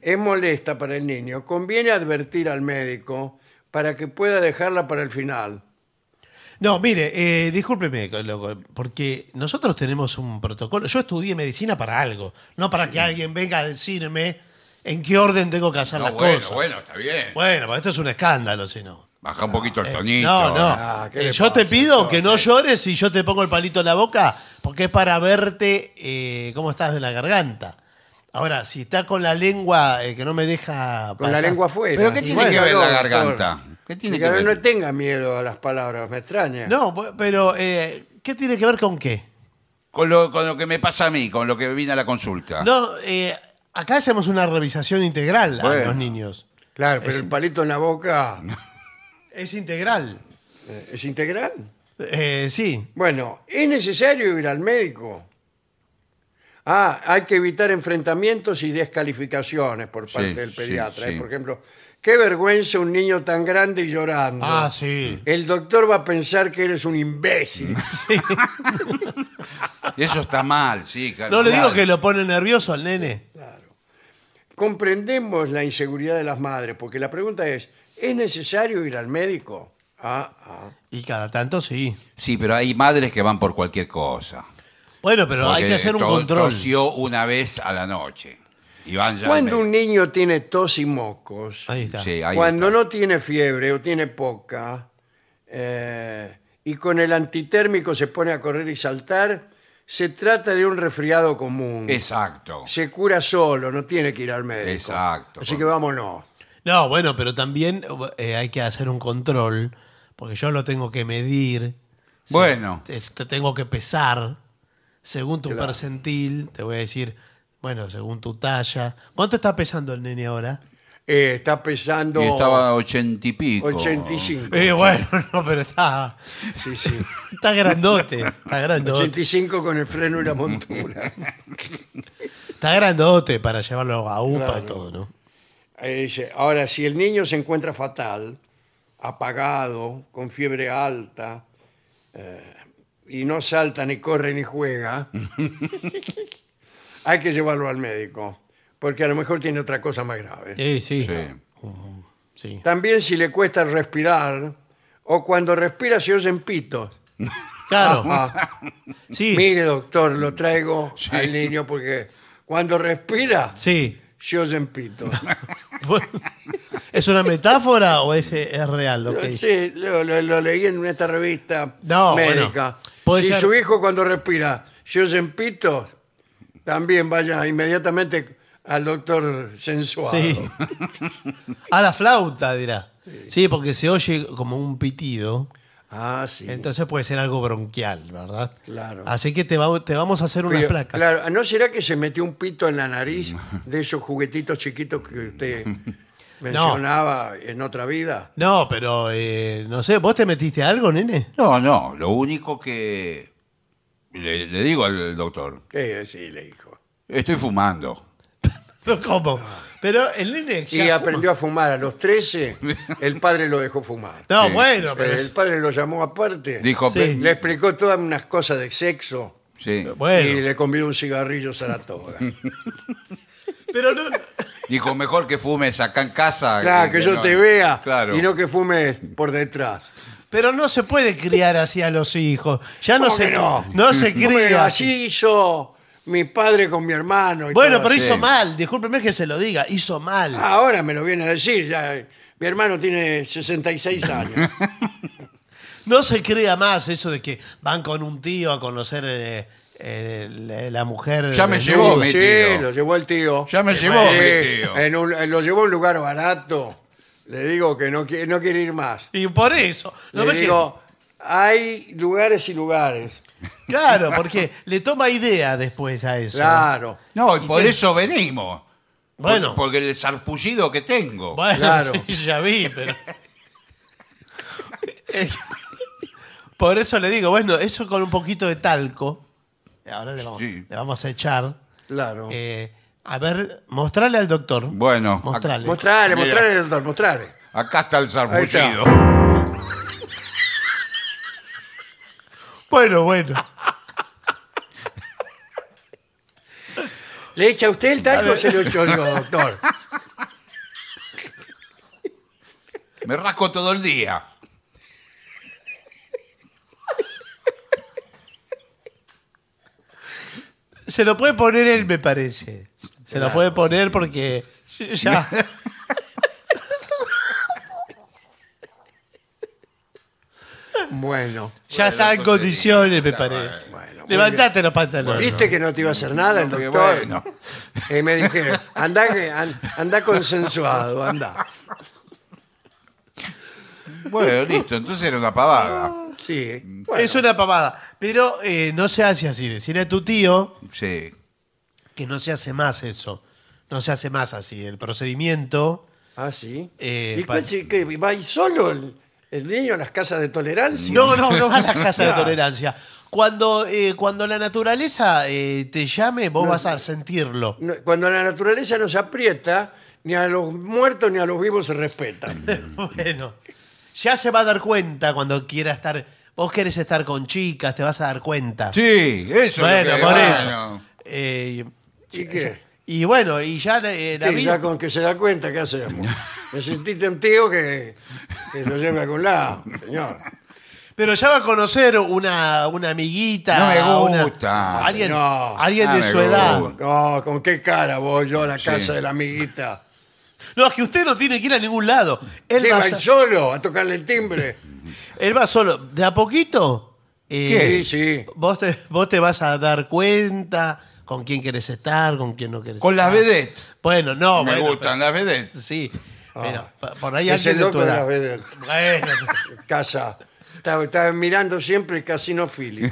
A: es molesta para el niño, conviene advertir al médico para que pueda dejarla para el final.
C: No, mire, eh, discúlpeme, loco, porque nosotros tenemos un protocolo. Yo estudié medicina para algo, no para que alguien venga a decirme en qué orden tengo que hacer
B: No,
C: las
B: bueno,
C: cosas.
B: bueno, está bien.
C: Bueno, pues esto es un escándalo, si no.
B: Baja un poquito el
C: Eh,
B: tonito.
C: No, no.
A: Ah, ¿qué le
C: Eh, yo
A: pasa,
C: te pido
A: doctor?
C: que no llores y yo te pongo el palito en la boca porque es para verte eh, cómo estás de la garganta. Ahora, si está con la lengua eh, que no me deja.
A: Con la
C: pasar-
A: lengua afuera.
B: ¿Pero qué
A: Y
B: tiene que ver la
A: doctor,
B: garganta? ¿Qué tiene que ver?
A: No tenga miedo a las palabras, me extraña.
C: No, bu- pero eh, ¿qué tiene que ver con qué?
B: Con lo, con lo que me pasa a mí, con lo que vine a la consulta.
C: No, eh, acá hacemos una revisación integral a
B: Bueno.
C: los niños.
A: Claro, pero el palito en la boca
C: Es integral.
A: eh, es integral.
C: Eh, sí.
A: Bueno, ¿es necesario ir al médico? Ah, hay que evitar enfrentamientos y descalificaciones por parte
B: Sí,
A: del
B: sí,
A: pediatra. ¿eh?
B: sí.
A: Por ejemplo, qué vergüenza un niño tan grande y llorando.
C: Ah, sí.
A: El doctor va a pensar que eres un imbécil.
B: Mm.
C: Sí.
B: Y Eso está mal, sí. claro,
C: No le digo
B: mal.
C: que lo pone nervioso al nene.
A: Comprendemos la inseguridad de las madres, porque la pregunta es, ¿es necesario ir al médico? Ah, ah.
C: Y cada tanto sí.
B: Sí, pero hay madres que van por cualquier cosa.
C: Bueno, pero hay
B: Porque
C: que hacer un
B: to-
C: control.
B: Tosió una vez a la noche. Y van ya. al
A: Cuando un
B: médico.
A: niño tiene tos y mocos,
C: Ahí está.
B: Sí, ahí
A: cuando
B: está.
A: no tiene fiebre o tiene poca, eh, y con el antitérmico se pone a correr y saltar, se trata de un resfriado común.
B: Exacto.
A: Se cura solo, no tiene que ir al médico.
B: Exacto.
A: Así que vámonos.
C: No, bueno, pero también eh, hay que hacer un control, porque yo lo tengo que medir. Sí,
B: Bueno.
C: es- Te, tengo que pesar. Según tu
A: Claro.
C: percentil, te voy a decir, bueno, según tu talla. ¿Cuánto está pesando el nene ahora?
A: Eh, está pesando
B: Y estaba ochenta y pico.
A: 85.
C: Eh, bueno, no, pero está,
A: Sí, sí.
C: está grandote. Está grandote.
A: 85 con el freno y la montura.
C: Está grandote para llevarlo a UPA
A: Claro.
C: y todo, ¿no?
A: Ahí dice, ahora, si el niño se encuentra fatal, apagado, con fiebre alta, eh, y no salta, ni corre, ni juega, hay que llevarlo al médico, porque a lo mejor tiene otra cosa más grave.
C: Eh, sí.
B: Sí.
C: Ujú, sí.
A: También si le cuesta respirar, o cuando respira se oyen pitos.
C: Claro,
A: Ah,
C: sí.
A: mire, doctor, lo traigo al niño porque cuando respira
C: Sí.
A: se oyen pitos.
C: Bueno, ¿Es una metáfora o es, es real lo que
A: Sí,
C: dice?
A: lo, lo- lo leí en esta revista
C: No,
A: médica.
C: bueno, puede
A: si
C: ser-
A: su hijo cuando respira, si oyen pitos, también vaya inmediatamente al doctor sensuado.
C: Sí. A la flauta, dirá. Sí, porque se oye como un pitido.
A: Ah, sí.
C: Entonces puede ser algo bronquial, ¿verdad?
A: Claro.
C: Así que te, va- te vamos a hacer unas
A: Pero,
C: placas.
A: Claro, ¿no será que se metió un pito en la nariz de esos juguetitos chiquitos que usted mencionaba en otra vida?
C: No, pero eh, no sé, ¿vos te metiste algo, nene?
B: No, no. Lo único que. Le, le digo al doctor.
A: Eh, sí, le dijo.
B: Estoy fumando.
C: Pero ¿Cómo? Pero el nene.
A: Y
C: ya fuma.
A: aprendió a fumar a los 13, el padre lo dejó fumar.
C: No,
B: Sí.
C: bueno, pero.
A: el
C: es-
A: padre lo llamó aparte.
B: Dijo.
C: Sí.
B: "Pe-
A: Le explicó todas unas cosas de sexo y
B: sí".
C: Bueno,
A: le convidó un cigarrillo a Saratoga.
C: pero no.
B: Dijo, mejor que fumes acá en casa.
A: Claro, que yo
B: no-
A: te vea
B: Claro.
A: y no que fumes por detrás.
C: Pero no se puede criar así a los hijos. Ya no
A: ¿Cómo
C: se
A: que no?
C: se
A: Bueno,
C: cría.
A: así hizo mi padre con mi hermano. y
C: Bueno,
A: todo
C: pero
A: así.
C: hizo
B: sí.
C: mal. Discúlpeme que se lo diga. Hizo
B: Ah.
C: mal.
A: Ahora me lo viene a decir, ya. eh, Mi hermano tiene 66 años.
C: No se crea más eso de que van con un tío a conocer eh, eh, la- la mujer.
B: Ya me
C: del
B: llevó,
C: dudo.
B: mi
A: sí,
B: tío.
A: lo llevó el tío.
B: Ya me
A: Sí, eh,
B: llevó mi tío.
A: en un- en- lo llevó a un lugar barato. Le digo que no, qui- no quiere ir más.
C: Y por eso. ¿no
A: le
C: ves que-
A: digo, hay lugares y lugares.
C: Claro, porque le toma idea después a eso.
A: Claro,
B: No, y por
C: qué?
B: eso venimos. Por-
C: Bueno.
B: Porque el sarpullido que tengo.
C: Bueno,
A: Claro.
C: sí, ya vi, pero. Eh, Por eso le digo, bueno, eso con un poquito de talco, ahora le vamos,
B: Sí.
C: le vamos a echar.
A: claro.
C: eh, a ver, mostrarle al doctor.
B: Bueno,
C: Mostrarle.
A: mostrale,
B: Mira.
A: mostrale, doctor, mostrale.
B: Acá está el
A: Ahí está.
B: sarpullido.
C: Bueno, bueno.
A: ¿Le echa usted el talco o se lo echo yo, doctor?
B: Me rasco todo el día.
C: Se lo puede poner él, me parece. Se lo puede poner porque ya.
A: Bueno.
C: Ya está en
B: entonces,
C: condiciones, me
B: está
C: parece.
A: bueno, muy bien.
C: Levantate los pantalones.
A: ¿Viste que no te iba a hacer nada el
B: Porque,
A: doctor?
B: bueno.
A: Y me dijeron, anda, anda consensuado, anda.
B: Bueno, listo. Entonces era una pavada.
A: Sí. bueno.
C: Es una pavada. Pero eh, no se hace así. Decirle a tu tío
B: Sí.
C: que no se hace más eso. No se hace más así. El procedimiento.
A: Ah, sí.
C: Eh,
A: ¿Y
C: pa-
A: qué- qué- va ahí solo el, el niño a las casas de tolerancia?
C: No, no, no va a la casa de
A: Claro.
C: tolerancia. Cuando, eh, cuando la naturaleza eh, te llame, vos vas a sentirlo.
A: No, Cuando la naturaleza nos aprieta, ni a los muertos ni a los vivos se respetan.
C: bueno, ya se va a dar cuenta cuando quiera estar. Vos querés estar con chicas, te vas a dar cuenta.
B: Sí, eso es
C: bueno,
B: lo que-
C: por
B: bueno.
C: eso. Eh,
A: ¿Y qué?
C: y bueno, y ya eh, la
A: Sí,
C: vida.
A: ya con que se da cuenta, ¿qué hacemos? Necesita un tío que, que lo lleve a algún lado, señor.
C: Pero ya va a conocer una, una amiguita.
B: No me
C: una-
B: gusta.
C: alguien
A: No.
C: alguien
B: Ah,
C: de
B: me
C: su edad.
B: gusta.
A: No, Oh, ¿con qué cara voy yo a la casa
B: Sí.
A: de la amiguita?
C: No, es que usted no tiene que ir a ningún lado. Él,
A: ¿Qué,
C: va,
A: va él solo a tocarle el timbre?
C: él va solo. ¿De a poquito? eh,
A: Sí, sí.
C: Vos te, vos te vas a dar cuenta con quién querés estar, con quién no querés
B: Con las
C: estar.
B: vedettes.
C: Bueno, no.
B: me
C: bueno,
B: gustan
C: pero-
B: las vedettes.
C: Sí. Pero, pa- por ahí
A: Es el
C: alguien de
A: loco
C: tu
A: de
C: edad.
A: las vedettes.
C: Bueno,
A: casa. Estaba, estaba mirando siempre el Casino Philly.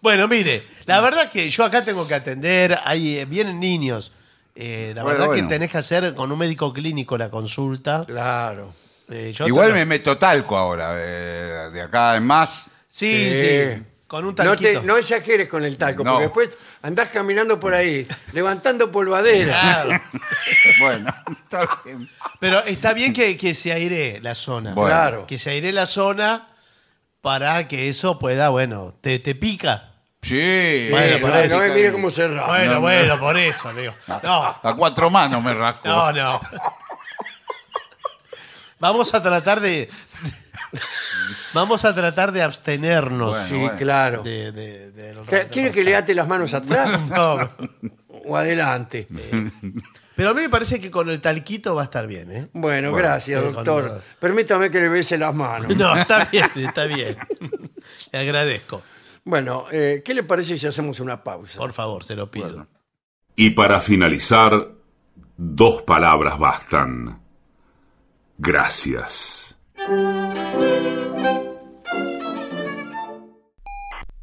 C: Bueno, mire, la verdad que yo acá tengo que atender, ahí eh, vienen niños. Eh, la
B: Bueno,
C: verdad
B: bueno.
C: que tenés que hacer con un médico clínico la consulta.
A: Claro.
C: Eh, yo
B: Igual
C: te-
B: me meto talco ahora. eh, de acá en más.
C: Sí, sí,
A: Sí.
C: Con un
A: No,
C: talquito.
A: te- no exageres con el talco,
B: No.
A: porque después andás caminando por ahí, levantando polvadera.
C: Claro.
B: Bueno, está bien.
C: Pero está bien que, que se aire la zona.
B: Bueno.
A: Claro.
C: Que se aire la zona para que eso pueda, bueno, te, te pica.
B: Sí.
C: Bueno,
A: Bueno,
B: eh,
C: por
A: no,
C: ahí
B: sí,
A: no me
B: está
A: mire
B: bien.
A: cómo se rasca.
C: Bueno,
B: no.
C: bueno, por eso, le digo. No,
B: A cuatro manos me rasco.
C: no, no. Vamos a tratar de. Vamos a tratar de abstenernos.
B: Bueno,
A: sí,
B: bueno.
A: claro.
C: De, de- del-
A: ¿Qué- ¿Quiere que le ate las manos atrás
C: No.
A: o adelante?
C: Pero a mí me parece que con el talquito va a estar bien, ¿eh?
A: Bueno, gracias,
C: sí, con
A: doctor.
C: verdad.
A: Permítame que le bese las manos.
C: No, está bien, está bien. Le agradezco.
A: Bueno, eh, ¿qué le parece si hacemos una pausa?
C: Por favor, se lo pido.
D: Y para finalizar, dos palabras bastan. Gracias.